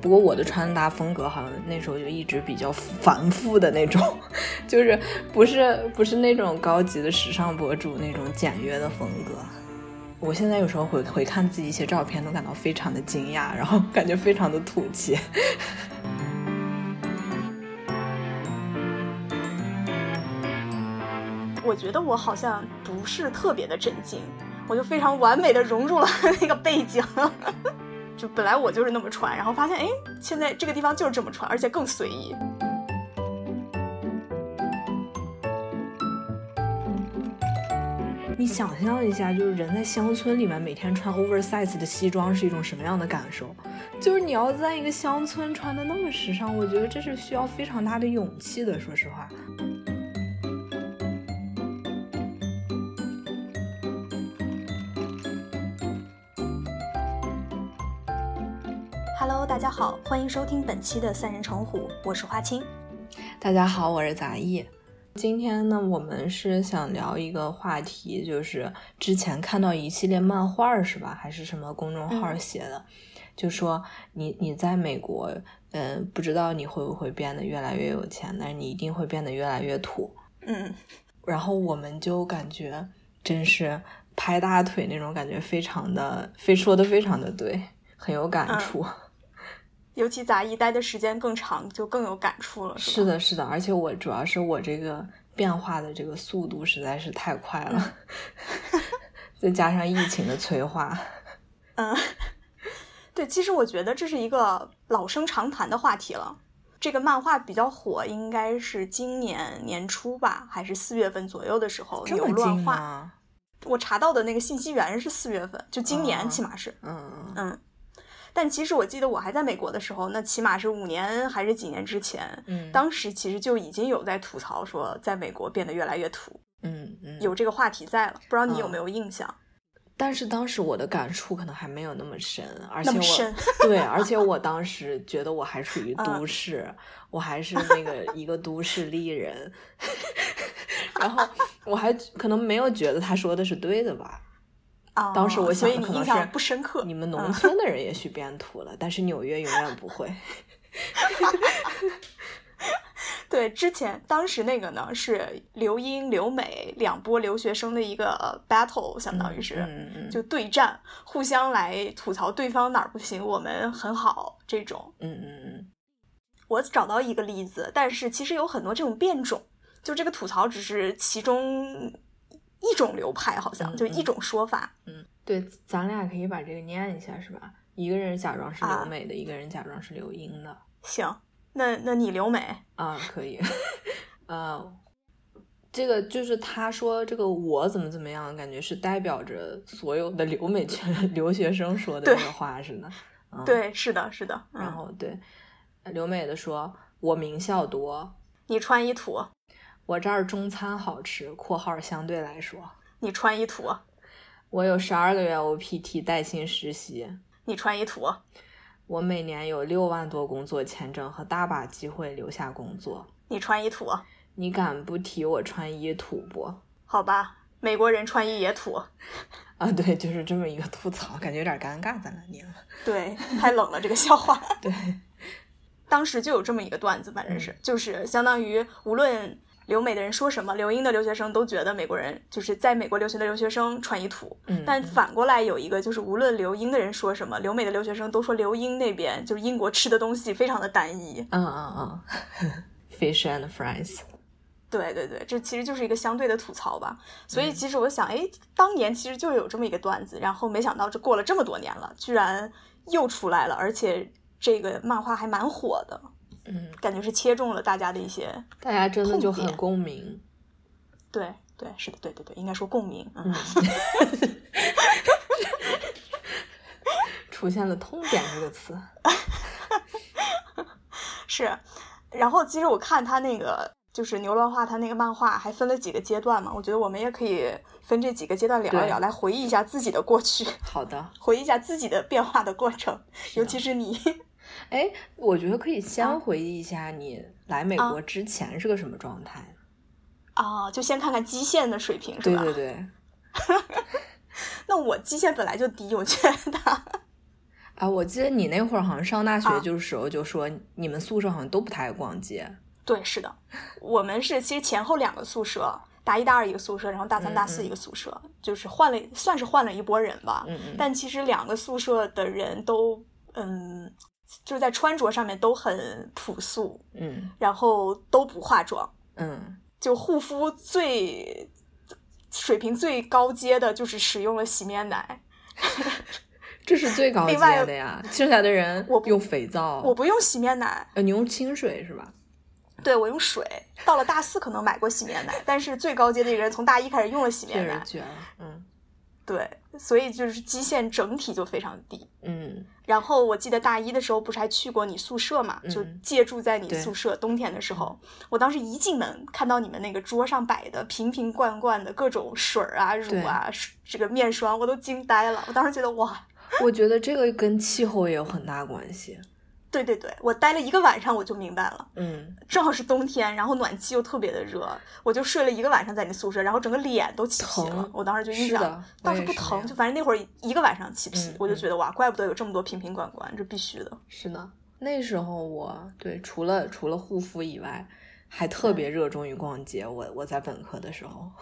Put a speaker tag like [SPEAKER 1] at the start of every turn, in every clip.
[SPEAKER 1] 不过我的穿搭风格好像那时候就一直比较繁复的那种， 就是不是不是那种高级的时尚博主那种简约的风格。我现在有时候回回看自己一些照片，都感到非常的惊讶，然后感觉非常的土气。
[SPEAKER 2] 我觉得我好像不是特别的震惊，我就非常完美的融入了 那个背景，就本来我就是那么穿，然后发现哎，现在这个地方就是这么穿，而且更随意。
[SPEAKER 1] 你想象一下，就是人在乡村里面每天穿 oversize 的西装是一种什么样的感受？就是你要在一个乡村穿的那么时尚，我觉得这是需要非常大的勇气的。说实话。
[SPEAKER 2] Hello，大家好，欢迎收听本期的三人成虎，我是花青。
[SPEAKER 1] 大家好，我是杂艺。今天呢，我们是想聊一个话题，就是之前看到一系列漫画是吧，还是什么公众号写的，嗯、就说你你在美国，嗯、呃，不知道你会不会变得越来越有钱，但是你一定会变得越来越土。
[SPEAKER 2] 嗯，
[SPEAKER 1] 然后我们就感觉真是拍大腿那种感觉，非常的，非说的非常的对，很有感触。
[SPEAKER 2] 嗯尤其杂艺待的时间更长，就更有感触了。
[SPEAKER 1] 是,是的，是的，而且我主要是我这个变化的这个速度实在是太快 了，再加上疫情的催化。
[SPEAKER 2] 嗯，对，其实我觉得这是一个老生常谈的话题了。这个漫画比较火，应该是今年年初吧，还是四月份左右的时候？
[SPEAKER 1] 这么
[SPEAKER 2] 近啊吗？我查到的那个信息源是四月份，就今年起码是。
[SPEAKER 1] 嗯嗯。
[SPEAKER 2] 嗯但其实我记得我还在美国的时候，那起码是五年还是几年之前，
[SPEAKER 1] 嗯，
[SPEAKER 2] 当时其实就已经有在吐槽说，在美国变得越来越土，
[SPEAKER 1] 嗯嗯，
[SPEAKER 2] 有这个话题在了，不知道你有没有印象？
[SPEAKER 1] 嗯、但是当时我的感触可能还没有那么深，而且我，
[SPEAKER 2] 深
[SPEAKER 1] 对，而且我当时觉得我还属于都市， 嗯、我还是那个一个都市丽人，然后我还可能没有觉得他说的是对的吧。
[SPEAKER 2] Oh,
[SPEAKER 1] 当时我想的可能是
[SPEAKER 2] 不深刻。
[SPEAKER 1] 你们农村的人也许变土了，但是纽约永远不会。
[SPEAKER 2] 对，之前当时那个呢是留英留美两波留学生的一个呃 battle，相当于是、
[SPEAKER 1] 嗯嗯、
[SPEAKER 2] 就对战，互相来吐槽对方哪儿不行，我们很好这种。
[SPEAKER 1] 嗯嗯嗯。
[SPEAKER 2] 我找到一个例子，但是其实有很多这种变种，就这个吐槽只是其中。一种流派好像、
[SPEAKER 1] 嗯、
[SPEAKER 2] 就一种说法，
[SPEAKER 1] 嗯，对，咱俩可以把这个念一下，是吧？一个人假装是留美的，啊、一个人假装是留英的。
[SPEAKER 2] 行，那那你留美
[SPEAKER 1] 啊，可以， 呃，这个就是他说这个我怎么怎么样，感觉是代表着所有的留美圈 留学生说的那个话似的。嗯、
[SPEAKER 2] 对，是的，是的。嗯、
[SPEAKER 1] 然后对，留美的说，我名校多，
[SPEAKER 2] 你穿衣土。
[SPEAKER 1] 我这儿中餐好吃（括号相对来说）。
[SPEAKER 2] 你穿衣土。
[SPEAKER 1] 我有十二个月 OPT 带薪实习。
[SPEAKER 2] 你穿衣土。
[SPEAKER 1] 我每年有六万多工作签证和大把机会留下工作。
[SPEAKER 2] 你穿衣土。
[SPEAKER 1] 你敢不提我穿衣土不？
[SPEAKER 2] 好吧，美国人穿衣也土。
[SPEAKER 1] 啊，对，就是这么一个吐槽，感觉有点尴尬，咱俩念了。
[SPEAKER 2] 对，太冷了这个笑话。
[SPEAKER 1] 对，
[SPEAKER 2] 当时就有这么一个段子，反正是、嗯、就是相当于无论。留美的人说什么，留英的留学生都觉得美国人就是在美国留学的留学生穿衣土。
[SPEAKER 1] 嗯，
[SPEAKER 2] 但反过来有一个就是，无论留英的人说什么，留美的留学生都说留英那边就是英国吃的东西非常的单一。
[SPEAKER 1] 嗯嗯嗯，fish and fries。
[SPEAKER 2] 对对对，这其实就是一个相对的吐槽吧。所
[SPEAKER 1] 嗯
[SPEAKER 2] 以其实我想，哎，当年其实就有这么一个段子，然后没想到这过了这么多年了，居然又出来了，而且这个漫画还蛮火的。
[SPEAKER 1] 嗯，
[SPEAKER 2] 感觉是切中了大家的一些，
[SPEAKER 1] 大家真的就很共鸣。
[SPEAKER 2] 对对，是的，对对对，应该说共鸣。嗯，
[SPEAKER 1] 出现了“痛点”这个 词。
[SPEAKER 2] 是，然后其实我看他那个就是牛郎画他那个漫画，还分了几个阶段嘛。我觉得我们也可以分这几个阶段聊一聊，来回忆一下自己的过去。
[SPEAKER 1] 好的，
[SPEAKER 2] 回忆一下自己的变化的过程，尤其是你。
[SPEAKER 1] 哎，我觉得可以先回忆一下你来美国之前是个什么状态。
[SPEAKER 2] 啊，就先看看基线的水平，是
[SPEAKER 1] 吧？ 对对对。
[SPEAKER 2] 那我基线本来就低，我觉得。
[SPEAKER 1] 啊，我记得你那会儿好像上大学
[SPEAKER 2] 啊
[SPEAKER 1] 就是时候就说你们宿舍好像都不太爱逛街，
[SPEAKER 2] 对，是的，我们是其实前后两个宿舍，大一、大二一个宿舍，然后大三、大四一个宿舍，就是换了，算是换了一波人吧。
[SPEAKER 1] 嗯嗯，
[SPEAKER 2] 但其实两个宿舍的人都，嗯，就是在穿着上面都很朴素，
[SPEAKER 1] 嗯
[SPEAKER 2] 然后都不化妆，
[SPEAKER 1] 嗯
[SPEAKER 2] 就护肤最水平最高阶的就是使用了洗面奶。
[SPEAKER 1] 这是最高级
[SPEAKER 2] 另外
[SPEAKER 1] 的呀。剩下的人
[SPEAKER 2] 我不
[SPEAKER 1] 用肥皂，
[SPEAKER 2] 我不用洗面奶，
[SPEAKER 1] 呃，你用清水是吧？
[SPEAKER 2] 对我用水。到了大四可能买过洗面奶，但是最高阶的一个人从大一开始用了洗面
[SPEAKER 1] 确实
[SPEAKER 2] 奶，
[SPEAKER 1] 绝了，嗯
[SPEAKER 2] 对，所以就是基线整体就非常低。
[SPEAKER 1] 嗯
[SPEAKER 2] 然后我记得大一的时候不是还去过你宿舍嘛，
[SPEAKER 1] 嗯
[SPEAKER 2] 就借住在你
[SPEAKER 1] 对嗯
[SPEAKER 2] 宿舍。冬天的时候，我当时一进门看到你们那个桌上摆的瓶瓶罐罐的各种水儿啊、乳啊、水这个面霜，我都惊呆了。我当时觉得哇，
[SPEAKER 1] 我觉得这个跟气候也有很大关系。
[SPEAKER 2] 对对对，我待了一个晚上我就明白了，
[SPEAKER 1] 嗯，
[SPEAKER 2] 正好是冬天，然后暖气又特别的热，我就睡了一个晚上在你宿舍，然后整个脸都起皮了
[SPEAKER 1] 疼。
[SPEAKER 2] 我当时就印
[SPEAKER 1] 是
[SPEAKER 2] 象
[SPEAKER 1] 的，
[SPEAKER 2] 倒
[SPEAKER 1] 我
[SPEAKER 2] 是
[SPEAKER 1] 也
[SPEAKER 2] 不
[SPEAKER 1] 是那
[SPEAKER 2] 疼，
[SPEAKER 1] 样
[SPEAKER 2] 就反正那会儿一个晚上起皮，
[SPEAKER 1] 嗯
[SPEAKER 2] 我就
[SPEAKER 1] 嗯
[SPEAKER 2] 觉得哇，怪不得有这么多瓶瓶罐罐，这必须的。
[SPEAKER 1] 是的，那时候我对除了除了护肤以外，还
[SPEAKER 2] 嗯
[SPEAKER 1] 特别热衷于逛街。我我在本科的时候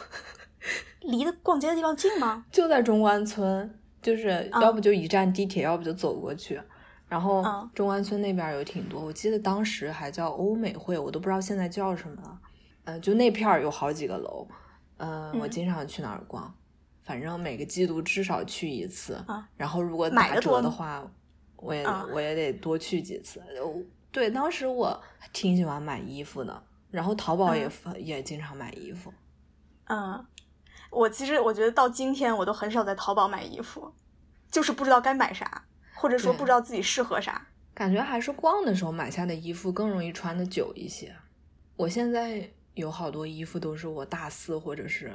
[SPEAKER 2] 离的逛街的地方近吗？
[SPEAKER 1] 就在中关村，就是
[SPEAKER 2] 啊
[SPEAKER 1] 要不就一站地铁，要不就走过去。然后
[SPEAKER 2] 啊
[SPEAKER 1] 中关村那边有挺多，我记得当时还叫欧美汇，我都不知道现在叫什么了。嗯、就那片儿有好几个楼，嗯，我
[SPEAKER 2] 嗯
[SPEAKER 1] 经常去那儿逛，反正每个季度至少去一次。
[SPEAKER 2] 啊
[SPEAKER 1] 然后如果
[SPEAKER 2] 买
[SPEAKER 1] 打
[SPEAKER 2] 得多
[SPEAKER 1] 折的
[SPEAKER 2] 吗
[SPEAKER 1] 话，我也、
[SPEAKER 2] 啊
[SPEAKER 1] 我也得多去几次。我对，当时我挺喜欢买衣服的，然后淘宝也、也经常买衣服。
[SPEAKER 2] 嗯，我其实我觉得到今天我都很少在淘宝买衣服，就是不知道该买啥，或者说
[SPEAKER 1] 对
[SPEAKER 2] 不知道自己适合啥。
[SPEAKER 1] 感觉还是逛的时候买下的衣服更容易穿的久一些。我现在有好多衣服都是我大四或者是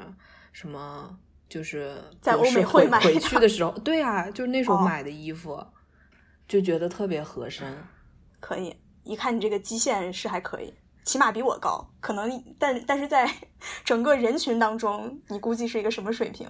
[SPEAKER 1] 什么，就是
[SPEAKER 2] 在
[SPEAKER 1] 博士
[SPEAKER 2] 欧美会
[SPEAKER 1] 回
[SPEAKER 2] 买的
[SPEAKER 1] 回去的 时候，对啊，就是那时候
[SPEAKER 2] 哦
[SPEAKER 1] 买的衣服，就觉得特别合身。
[SPEAKER 2] 可以，一看你这个基线是还可以，起码比我高，可能但但是在 整个人群当中，你估计是一个什么水平？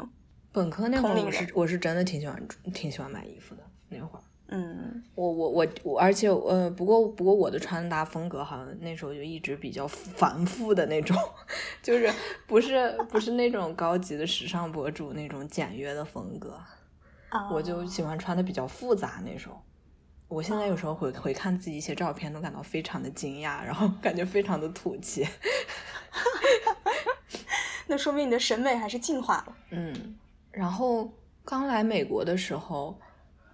[SPEAKER 1] 本科那会儿
[SPEAKER 2] 同龄
[SPEAKER 1] 我是
[SPEAKER 2] 人
[SPEAKER 1] 我是真的挺喜欢挺喜欢买衣服的那会儿。
[SPEAKER 2] 嗯，
[SPEAKER 1] 我我我我，而且呃，不过不过我的穿搭风格好像那时候就一直比较繁复的那种， 就是不是不是那种高级的时尚博主那种简约的风格，
[SPEAKER 2] 啊，
[SPEAKER 1] 我就喜欢穿的比较复杂那种。我现在有时候回回看自己一些照片，都感到非常的惊讶，然后感觉非常的土气。
[SPEAKER 2] 那说明你的审美还是进化了。
[SPEAKER 1] 嗯，然后刚来美国的时候，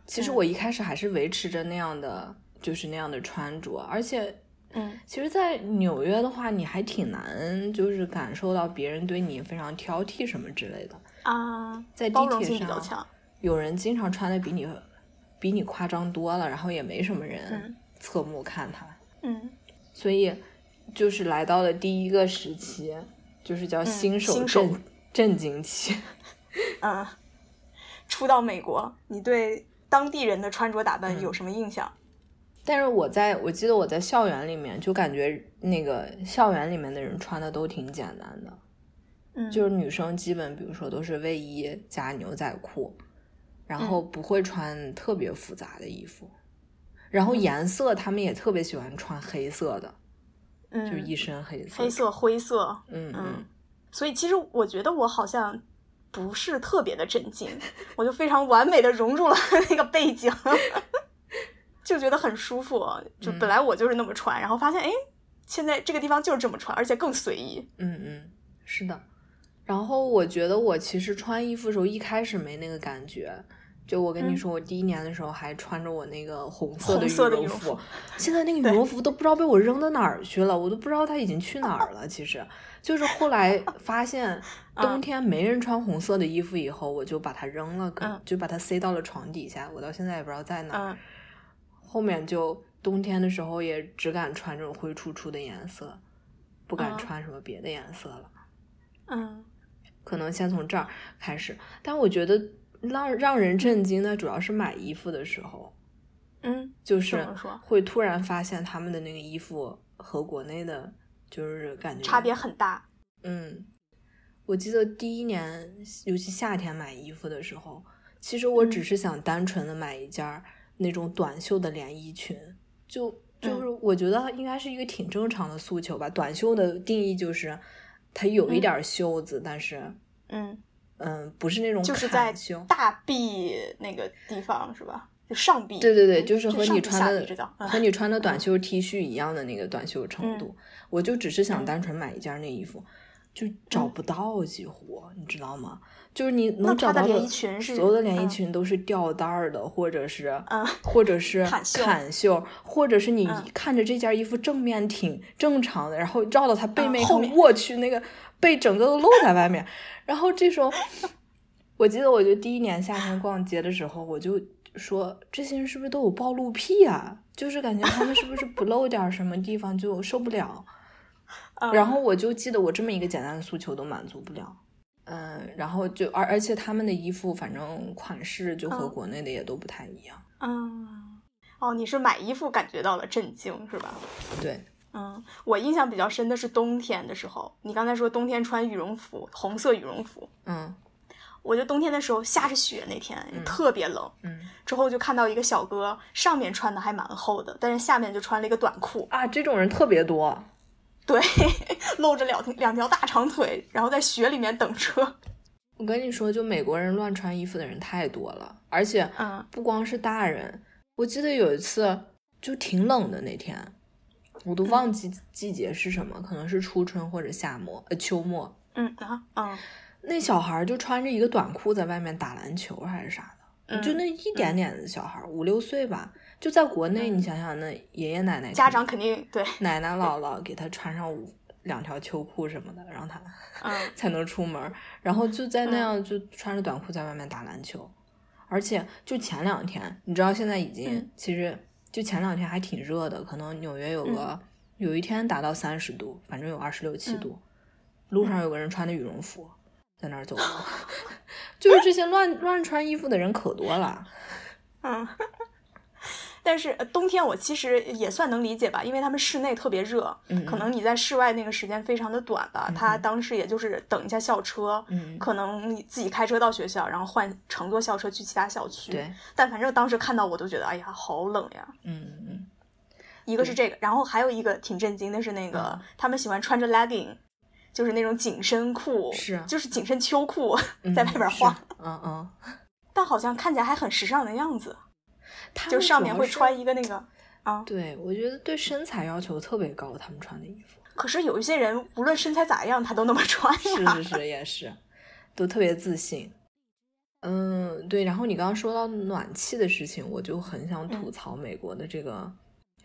[SPEAKER 1] 其实
[SPEAKER 2] 嗯
[SPEAKER 1] 我一开始还是维持着那样的，就是那样的穿着，而且
[SPEAKER 2] 嗯
[SPEAKER 1] 其实，在纽约的话，你还挺难，就是感受到别人对你非常挑剔什么之类的。
[SPEAKER 2] 啊，
[SPEAKER 1] 在地
[SPEAKER 2] 包容
[SPEAKER 1] 铁
[SPEAKER 2] 性比较
[SPEAKER 1] 上，
[SPEAKER 2] 强。
[SPEAKER 1] 有人经常穿的比你比你夸张多了，然后也没什么人
[SPEAKER 2] 嗯
[SPEAKER 1] 侧目看他，
[SPEAKER 2] 嗯，
[SPEAKER 1] 所以就是来到了第一个时期，就是叫新手
[SPEAKER 2] 嗯新手
[SPEAKER 1] 震、震惊期。
[SPEAKER 2] 嗯，初到美国，你对当地人的穿着打扮
[SPEAKER 1] 嗯
[SPEAKER 2] 有什么印象？
[SPEAKER 1] 但是我在我记得我在校园里面就感觉那个校园里面的人穿的都挺简单的，
[SPEAKER 2] 嗯，
[SPEAKER 1] 就是女生基本比如说都是卫衣加牛仔裤，然
[SPEAKER 2] 嗯
[SPEAKER 1] 后不会穿特别复杂的衣服，然后颜色他们也特别喜欢穿黑色的，
[SPEAKER 2] 嗯
[SPEAKER 1] 就一身黑色。
[SPEAKER 2] 黑色、灰色，
[SPEAKER 1] 嗯嗯
[SPEAKER 2] 嗯，所以其实我觉得我好像不是特别的震惊，我就非常完美的融入了那个背景， 就觉得很舒服。
[SPEAKER 1] 嗯
[SPEAKER 2] 就本来我就是那么穿，然后发现哎，现在这个地方就是这么穿，而且更随意。
[SPEAKER 1] 嗯嗯，是的。然后我觉得我其实穿衣服的时候一开始没那个感觉。就我跟你
[SPEAKER 2] 嗯
[SPEAKER 1] 说，我第一年的时候还穿着我那个红色的
[SPEAKER 2] 红
[SPEAKER 1] 羽
[SPEAKER 2] 色的
[SPEAKER 1] 绒
[SPEAKER 2] 羽绒
[SPEAKER 1] 服
[SPEAKER 2] 服，
[SPEAKER 1] 现在那个羽
[SPEAKER 2] 对
[SPEAKER 1] 绒服都不知道被我扔到哪儿去了，我都不知道它已经去哪儿了。其实，就是后来发 现
[SPEAKER 2] 嗯
[SPEAKER 1] 冬天没人穿红色的衣服以后，我就把它扔了，可
[SPEAKER 2] 嗯
[SPEAKER 1] 就把它塞到了床底下，我到现在也不知道在哪儿。
[SPEAKER 2] 嗯，
[SPEAKER 1] 后面就冬天的时候也只敢穿这种灰出出的颜色，不敢
[SPEAKER 2] 嗯
[SPEAKER 1] 穿什么别的颜色了。
[SPEAKER 2] 嗯
[SPEAKER 1] 可能先从这儿开始，但我觉得让让人震惊的主要是买衣服的时候，
[SPEAKER 2] 嗯
[SPEAKER 1] 就是
[SPEAKER 2] 怎么说
[SPEAKER 1] 会突然发现他们的那个衣服和国内的，就是感觉
[SPEAKER 2] 差别。很大。
[SPEAKER 1] 嗯，我记得第一
[SPEAKER 2] 嗯
[SPEAKER 1] 年，尤其夏天买衣服的时候，其实我只是想单纯的买一件儿那种短袖的连衣裙，就
[SPEAKER 2] 嗯
[SPEAKER 1] 就是我觉得应该是一个挺正常的诉求吧。短袖的定义就是它有一点袖子，但是
[SPEAKER 2] 嗯
[SPEAKER 1] 嗯，不是那种
[SPEAKER 2] 就是在
[SPEAKER 1] 坎袖。
[SPEAKER 2] 大臂那个地方是吧？就上臂。
[SPEAKER 1] 对对对，就是
[SPEAKER 2] 这
[SPEAKER 1] 和
[SPEAKER 2] 嗯上
[SPEAKER 1] 你
[SPEAKER 2] 臂
[SPEAKER 1] 穿
[SPEAKER 2] 下
[SPEAKER 1] 的
[SPEAKER 2] 臂知道嗯嗯
[SPEAKER 1] 和你穿的短袖 T 恤一样的那个短袖程度，我就只是想单纯买一件那衣服，就找不到几乎，你知道吗？就是你
[SPEAKER 2] 嗯那
[SPEAKER 1] 能找
[SPEAKER 2] 它的
[SPEAKER 1] 到
[SPEAKER 2] 连衣裙是
[SPEAKER 1] 所有的连衣
[SPEAKER 2] 嗯
[SPEAKER 1] 裙都是吊带儿的，或者是
[SPEAKER 2] 嗯
[SPEAKER 1] 或者是
[SPEAKER 2] 坎袖
[SPEAKER 1] 坎袖，或者是你
[SPEAKER 2] 嗯
[SPEAKER 1] 看着这件衣服正面挺正常的，然啊后绕到它背
[SPEAKER 2] 嗯
[SPEAKER 1] 面
[SPEAKER 2] 后
[SPEAKER 1] 看
[SPEAKER 2] 面
[SPEAKER 1] 我去，那个背整个都露在外面，然后这时候。我记得，我就第一年夏天逛街的时候，我就说这些人是不是都有暴露癖啊？就是感觉他们是不是不露点儿什么地方就受不 了？
[SPEAKER 2] 嗯
[SPEAKER 1] 然后我就记得我这么一个简单的诉求都满足不了，嗯，然后就而而且他们的衣服反正款式就和
[SPEAKER 2] 嗯
[SPEAKER 1] 国内的也都不太一样，
[SPEAKER 2] 嗯，哦，你是买衣服感觉到了震惊是吧？
[SPEAKER 1] 对，
[SPEAKER 2] 嗯，我印象比较深的是冬天的时候，你刚才说冬天穿羽绒服，红色羽绒服，
[SPEAKER 1] 嗯
[SPEAKER 2] 我就冬天的时候下着雪那天、
[SPEAKER 1] 嗯
[SPEAKER 2] 特别冷，
[SPEAKER 1] 嗯
[SPEAKER 2] 之后就看到一个小哥上面穿的还蛮厚的，但是下面就穿了一个短裤，
[SPEAKER 1] 啊，这种人特别多，
[SPEAKER 2] 对， 露着两两条大长腿，然后在雪里面等车。
[SPEAKER 1] 我跟你说，就美国人乱穿衣服的人太多了，而且
[SPEAKER 2] 嗯
[SPEAKER 1] 不光是大人，我记得有一次就挺冷的那天，我都忘记
[SPEAKER 2] 嗯
[SPEAKER 1] 季节是什么，可能是初春或者夏末呃秋末，
[SPEAKER 2] 嗯啊嗯
[SPEAKER 1] 那小孩儿就穿着一个短裤在外面打篮球还是啥的，
[SPEAKER 2] 嗯，
[SPEAKER 1] 就那一点点的小孩儿，五六岁吧，就在国内，
[SPEAKER 2] 嗯
[SPEAKER 1] 你想想那爷爷奶奶
[SPEAKER 2] 家长肯定对，
[SPEAKER 1] 奶奶姥姥给他穿上五两条秋裤什么的，让他
[SPEAKER 2] 嗯
[SPEAKER 1] 才能出门儿，然后就在那
[SPEAKER 2] 嗯
[SPEAKER 1] 样就穿着短裤在外面打篮球，而且就前两天，你知道现在已经、
[SPEAKER 2] 嗯
[SPEAKER 1] 其实就前两天还挺热的，可能纽约有个、有一天达到三十度，反正有二十六七
[SPEAKER 2] 嗯
[SPEAKER 1] 度，路上有个人穿的羽绒服在那儿 走路，就是这些乱乱穿衣服的人可多了，
[SPEAKER 2] 嗯。但是呃冬天我其实也算能理解吧，因为他们室内特别热，
[SPEAKER 1] 嗯，
[SPEAKER 2] 可能你在室外那个时间非常的短吧。他
[SPEAKER 1] 嗯
[SPEAKER 2] 当时也就是等一下校车，
[SPEAKER 1] 嗯
[SPEAKER 2] 可能你自己开车到学校，然后换乘坐校车去其他校区。
[SPEAKER 1] 对，
[SPEAKER 2] 但反正当时看到我都觉得，哎呀，好冷呀！
[SPEAKER 1] 嗯嗯
[SPEAKER 2] 一个是这个，然后还有一个挺震惊的是那个、
[SPEAKER 1] 嗯
[SPEAKER 2] 他们喜欢穿着 legging，就是那种紧身裤，
[SPEAKER 1] 是啊
[SPEAKER 2] 就是紧身秋裤，
[SPEAKER 1] 嗯，
[SPEAKER 2] 在外边
[SPEAKER 1] 是
[SPEAKER 2] 晃，
[SPEAKER 1] 嗯嗯，
[SPEAKER 2] 但好像看起来还很时尚的样子，
[SPEAKER 1] 嗯他
[SPEAKER 2] 就
[SPEAKER 1] 们
[SPEAKER 2] 上
[SPEAKER 1] 主
[SPEAKER 2] 面
[SPEAKER 1] 要
[SPEAKER 2] 会
[SPEAKER 1] 是
[SPEAKER 2] 穿一个那个。
[SPEAKER 1] 对，我觉得对身材要求特别高，他们穿的衣服。
[SPEAKER 2] 可是有一些人无论身材咋样，他都那么穿
[SPEAKER 1] 是
[SPEAKER 2] 呀。
[SPEAKER 1] 是是，也是，都特别自信。嗯，对。然后你刚刚说到暖气的事情，我就很想吐
[SPEAKER 2] 嗯
[SPEAKER 1] 槽美国的这个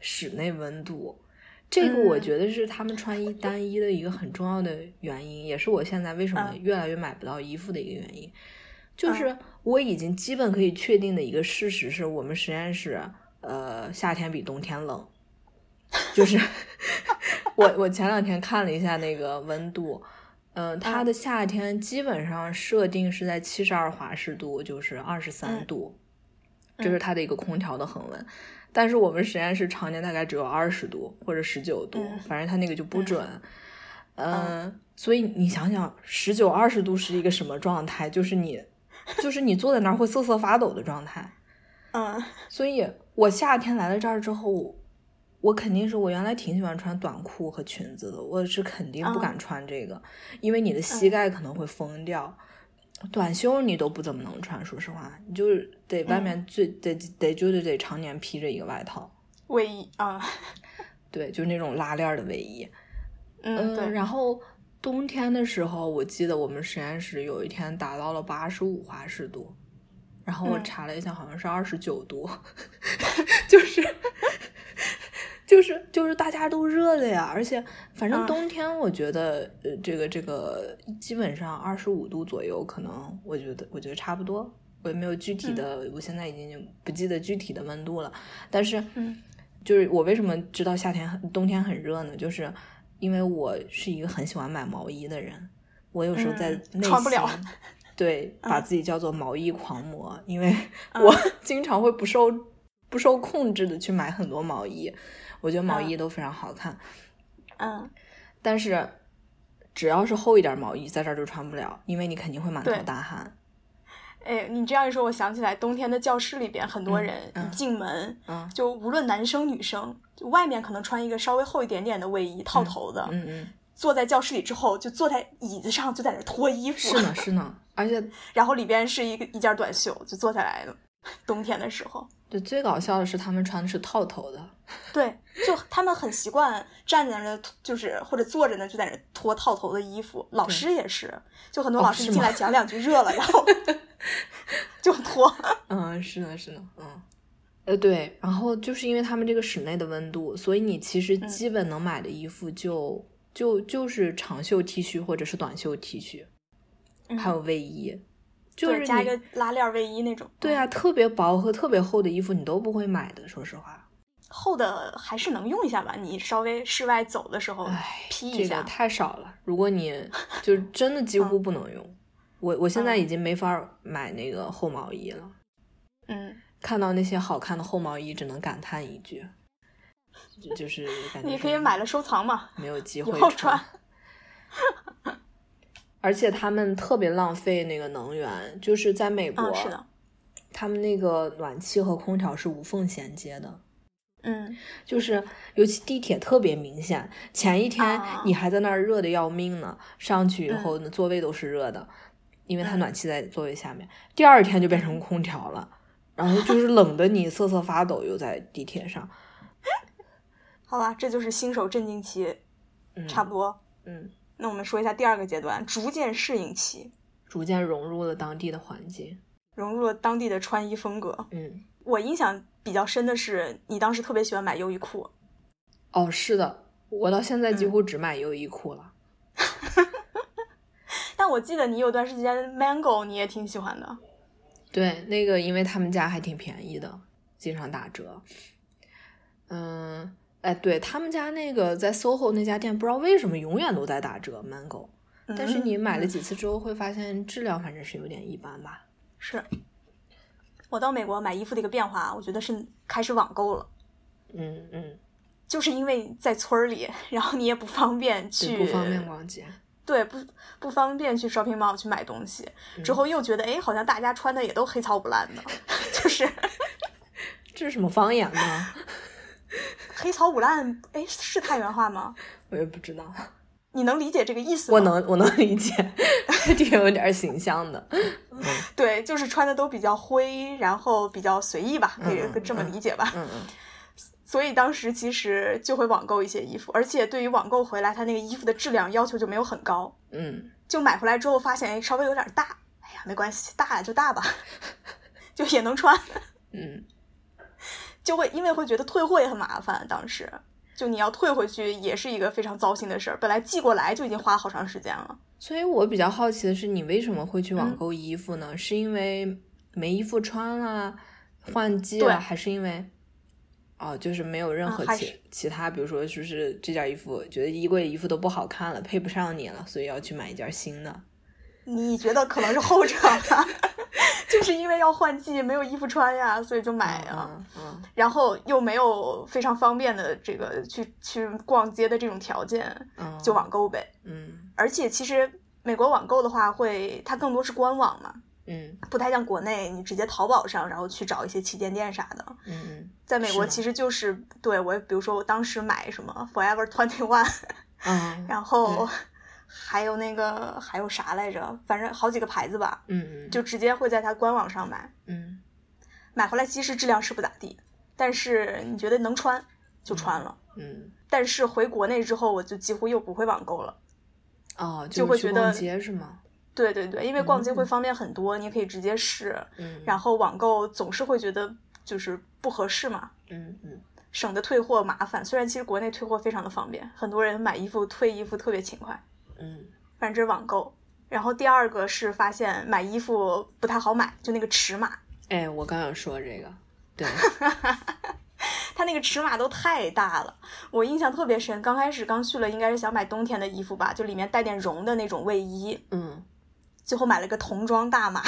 [SPEAKER 1] 室内温度。这个我
[SPEAKER 2] 嗯
[SPEAKER 1] 觉得是他们穿衣单一的一个很重要的原因，也是我现在为什么
[SPEAKER 2] 嗯
[SPEAKER 1] 越来越买不到衣服的一个原因。就是我已经基本可以确定的一个事实是，我们实验室呃夏天比冬天冷。就是 我我前两天看了一下那个温度，嗯、它的夏天基本上设定是在七十二华氏度，就是二十三
[SPEAKER 2] 嗯
[SPEAKER 1] 度，这是它的一个空调的恒温。但是我们实验室常年大概只有二十度或者十九度，
[SPEAKER 2] 嗯
[SPEAKER 1] 反正它那个就不
[SPEAKER 2] 嗯
[SPEAKER 1] 准。嗯，所以你想想，十九二十度是一个什么状态？就是你， 就是你坐在那儿会瑟瑟发抖的状态。
[SPEAKER 2] 嗯
[SPEAKER 1] 所以我夏天来了这儿之后，我肯定是我原来挺喜欢穿短裤和裙子的，我是肯定不
[SPEAKER 2] 嗯
[SPEAKER 1] 敢穿这个，因为你的膝盖可能会疯掉。短袖你都不怎么能穿，说实话，你就是得外面最、得得就得得常年披着一个外套，
[SPEAKER 2] 卫衣啊，
[SPEAKER 1] 对，就是那种拉链儿的卫衣。
[SPEAKER 2] 嗯，
[SPEAKER 1] 嗯，
[SPEAKER 2] 对，
[SPEAKER 1] 然后冬天的时候，我记得我们实验室有一天达到了八十五华氏度，然后我
[SPEAKER 2] 嗯
[SPEAKER 1] 查了一下，好像是二十九度， 就是就是就是大家都热的呀，而且反正
[SPEAKER 2] 嗯
[SPEAKER 1] 冬天我觉得、呃这个这个基本上二十五度左右，可能我觉得我觉得差不多。我也没有具体
[SPEAKER 2] 嗯
[SPEAKER 1] 的，我现在已经不记得具体的温度了，但是，
[SPEAKER 2] 嗯
[SPEAKER 1] 就是我为什么知道夏天很冬天很热呢？就是因为我是一个很喜欢买毛衣的人，我有时候在
[SPEAKER 2] 嗯
[SPEAKER 1] 内心、
[SPEAKER 2] 穿不了
[SPEAKER 1] 对，
[SPEAKER 2] 嗯
[SPEAKER 1] 把自己叫做毛衣狂魔，因为我 经常会不受不受控制的去买很多毛衣，我觉得毛衣都非常好看，
[SPEAKER 2] 嗯，
[SPEAKER 1] 但是只要是厚一点毛衣，在这儿就穿不了，因为你肯定会满头
[SPEAKER 2] 对
[SPEAKER 1] 大汗。
[SPEAKER 2] 哎，你这样一说，我想起来，冬天的教室里边，很多人
[SPEAKER 1] 嗯嗯
[SPEAKER 2] 一进门，
[SPEAKER 1] 嗯
[SPEAKER 2] 就无论男生女生，就外面可能穿一个稍微厚一点点的卫衣，套头的，
[SPEAKER 1] 嗯嗯，
[SPEAKER 2] 坐在教室里之后，就坐在椅子上，就在那儿脱衣服，
[SPEAKER 1] 是呢是 呢，而且
[SPEAKER 2] 然后里边是一个一件短袖，就坐下来了。冬天的时候，
[SPEAKER 1] 对最搞笑的是他们穿的是套头的，
[SPEAKER 2] 对，就他们很习惯站在那儿，就是或者坐着呢，就在那儿脱套头的衣服。老师也是，就很多
[SPEAKER 1] 哦
[SPEAKER 2] 老师一
[SPEAKER 1] 是
[SPEAKER 2] 进
[SPEAKER 1] 吗
[SPEAKER 2] 来讲两句热了，然后就脱。
[SPEAKER 1] 嗯，是呢，是呢，嗯，呃，对，然后就是因为他们这个室内的温度，所以你其实
[SPEAKER 2] 嗯
[SPEAKER 1] 基本能买的衣服就、就就是长袖 T 恤或者是短袖 T 恤，
[SPEAKER 2] 嗯
[SPEAKER 1] 还有卫衣，就
[SPEAKER 2] 对，
[SPEAKER 1] 是
[SPEAKER 2] 加一
[SPEAKER 1] 你
[SPEAKER 2] 个拉链卫衣那种。
[SPEAKER 1] 对
[SPEAKER 2] 嗯
[SPEAKER 1] 啊，特别薄和特别厚的衣服你都不会买的，说实话。
[SPEAKER 2] 厚的还是能用一下吧，你稍微室外走的时候
[SPEAKER 1] 哎，
[SPEAKER 2] 嗯披
[SPEAKER 1] 这
[SPEAKER 2] 一
[SPEAKER 1] 个
[SPEAKER 2] 下。嗯
[SPEAKER 1] 太少了，如果 你就是真的几乎不能用，我我现在已经没法买那个厚毛衣了。
[SPEAKER 2] 嗯，
[SPEAKER 1] 看到那些好看的厚毛衣，只能感叹一句，就就是感觉
[SPEAKER 2] 你可
[SPEAKER 1] 真
[SPEAKER 2] 以
[SPEAKER 1] 的
[SPEAKER 2] 买了收藏嘛。
[SPEAKER 1] 没有机
[SPEAKER 2] 以
[SPEAKER 1] 会
[SPEAKER 2] 后
[SPEAKER 1] 穿
[SPEAKER 2] 穿。
[SPEAKER 1] 而且他们特别浪费那个能源，就是在美国，
[SPEAKER 2] 嗯，是的。
[SPEAKER 1] 他们那个暖气和空调是无缝衔接的，
[SPEAKER 2] 嗯，
[SPEAKER 1] 就是尤其地铁特别明显。前一天
[SPEAKER 2] 啊
[SPEAKER 1] 你还在那儿热的要命呢，上去以后呢座位都是热的，因为它
[SPEAKER 2] 嗯
[SPEAKER 1] 暖气在座位下面。第二天就变成空调了，然后就是冷的你瑟瑟发抖，又在地铁上，
[SPEAKER 2] 好吧，这就是新手镇静期，
[SPEAKER 1] 嗯，
[SPEAKER 2] 差不多。
[SPEAKER 1] 嗯，
[SPEAKER 2] 那我们说一下第二个阶段，逐渐适应期，
[SPEAKER 1] 逐渐融入了当地的环境，
[SPEAKER 2] 融入了当地的穿衣风格。
[SPEAKER 1] 嗯。
[SPEAKER 2] 我印象比较深的是，你当时特别喜欢买优衣库，
[SPEAKER 1] 哦，是的，我到现在几
[SPEAKER 2] 嗯
[SPEAKER 1] 乎只买优衣库了。
[SPEAKER 2] 但我记得你有段时间 Mango 你也挺喜欢的。
[SPEAKER 1] 对，那个因为他们家还挺便宜的，经常打折。嗯，哎，对他们家那个在 SOHO 那家店，不知道为什么永远都在打折，Mango。但是你
[SPEAKER 2] 嗯
[SPEAKER 1] 买了几次之后，会发现质量反正是有点一般吧。
[SPEAKER 2] 是我到美国买衣服的一个变化，我觉得是开始网购了。
[SPEAKER 1] 嗯嗯，
[SPEAKER 2] 就是因为在村儿里，然后你也不方便去，
[SPEAKER 1] 对，不方便逛街。
[SPEAKER 2] 对不不方便去 shopping mall 去买东西。
[SPEAKER 1] 嗯
[SPEAKER 2] 之后又觉得，哎，好像大家穿的也都黑糙不烂的， 就是
[SPEAKER 1] 这是什么方言呢？
[SPEAKER 2] 黑糙不烂，哎，是太原话吗？
[SPEAKER 1] 我也不知道。
[SPEAKER 2] 你能理解这个意思吗？
[SPEAKER 1] 我。能，我能理解， 挺有点形象的。
[SPEAKER 2] 对，就是穿的都比较灰，然后比较随意吧，可以
[SPEAKER 1] 嗯嗯
[SPEAKER 2] 这么理解吧。
[SPEAKER 1] 嗯嗯，
[SPEAKER 2] 所以当时其实就会网购一些衣服，而且对于网购回来，它那个衣服的质量要求就没有很高。
[SPEAKER 1] 嗯，
[SPEAKER 2] 就买回来之后发现，哎，稍微有点大，哎呀，没关系，大就大吧， 就也能穿，
[SPEAKER 1] 嗯，
[SPEAKER 2] 就会因为会觉得退货也很麻烦，当时就你要退回去也是一个非常糟心的事儿，本来寄过来就已经花好长时间了，
[SPEAKER 1] 所以我比较好奇的是，你为什么会去网
[SPEAKER 2] 嗯
[SPEAKER 1] 购衣服呢？是因为没衣服穿啊，换季了，
[SPEAKER 2] 对
[SPEAKER 1] 还是因为哦，就是没有任
[SPEAKER 2] 嗯
[SPEAKER 1] 何
[SPEAKER 2] 还
[SPEAKER 1] 其、
[SPEAKER 2] 是
[SPEAKER 1] 其他，比如说就是这件衣服，觉得衣柜里衣服都不好看了，配不上你了，所以要去买一件新的。
[SPEAKER 2] 你觉得可能是后者吧， 就是因为要换季，没有衣服穿呀，所以就买啊。
[SPEAKER 1] 嗯嗯
[SPEAKER 2] 然后又没有非常方便的这个去去逛街的这种条件，
[SPEAKER 1] 嗯，
[SPEAKER 2] 就网购呗。
[SPEAKER 1] 嗯
[SPEAKER 2] 而且其实美国网购的话会它更多是官网嘛，
[SPEAKER 1] 嗯
[SPEAKER 2] 不太像国内，你直接淘宝上，然后去找一些旗舰店啥的。
[SPEAKER 1] 嗯嗯
[SPEAKER 2] 在美
[SPEAKER 1] 是
[SPEAKER 2] 国
[SPEAKER 1] 吗
[SPEAKER 2] 其实就是对我，比如说我当时买什么 Forever Twenty One，
[SPEAKER 1] 嗯
[SPEAKER 2] 然后还有那个还有啥来着，反正好几个牌子吧，
[SPEAKER 1] 嗯，
[SPEAKER 2] 就直接会在它官网上买。
[SPEAKER 1] 嗯
[SPEAKER 2] 买回来其实质量是不咋地，但是你觉得能穿就穿了。
[SPEAKER 1] 嗯
[SPEAKER 2] 但是回国内之后，我就几乎又不会网购了。
[SPEAKER 1] 哦，
[SPEAKER 2] 就会
[SPEAKER 1] 去
[SPEAKER 2] 觉
[SPEAKER 1] 逛
[SPEAKER 2] 得
[SPEAKER 1] 街是吗？
[SPEAKER 2] 对对对，因为逛街会
[SPEAKER 1] 嗯
[SPEAKER 2] 方便很多，你可以直接试。
[SPEAKER 1] 嗯，
[SPEAKER 2] 然后网购总是会觉得就是不合适嘛，
[SPEAKER 1] 嗯嗯
[SPEAKER 2] 省得退货麻烦。虽然其实国内退货非常的方便，很多人买衣服退衣服特别勤快，
[SPEAKER 1] 嗯
[SPEAKER 2] 反正这是网购。然后第二个是发现买衣服不太好买，就那个尺码，
[SPEAKER 1] 哎，我刚想说这个， 对，
[SPEAKER 2] 它那个尺码都太大了，我印象特别深。刚开始刚去了，应该是想买冬天的衣服吧，就里面带点绒的那种卫衣，
[SPEAKER 1] 嗯
[SPEAKER 2] 最后买了个童装大码，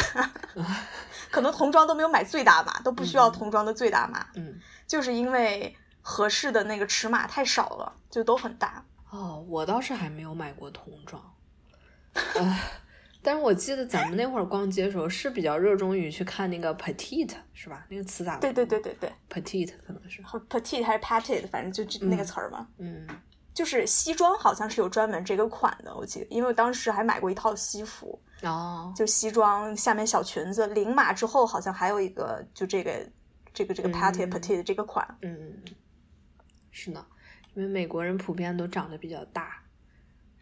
[SPEAKER 2] 可能童装都没有买最大码，都不需要童装的最大码，
[SPEAKER 1] 嗯。
[SPEAKER 2] 就是因为合适的那个尺码太少了，就都很大。
[SPEAKER 1] 哦，我倒是还没有买过童装，呃，但是我记得咱们那会儿逛街的时候是比较热衷于去看那个 petite 是吧？那个词咋了？
[SPEAKER 2] 对对对对对
[SPEAKER 1] ，petite 可能是，
[SPEAKER 2] 或者，petite 还是 petite，反正就这那个词儿嘛。
[SPEAKER 1] 嗯
[SPEAKER 2] 就是西装好像是有专门这个款的，我记得，因为我当时还买过一套西服，
[SPEAKER 1] 哦，
[SPEAKER 2] 就西装下面小裙子，领码之后好像还有一个，就这个这个这个 petite
[SPEAKER 1] 嗯
[SPEAKER 2] petite 这个款，
[SPEAKER 1] 嗯，是呢，因为美国人普遍都长得比较大，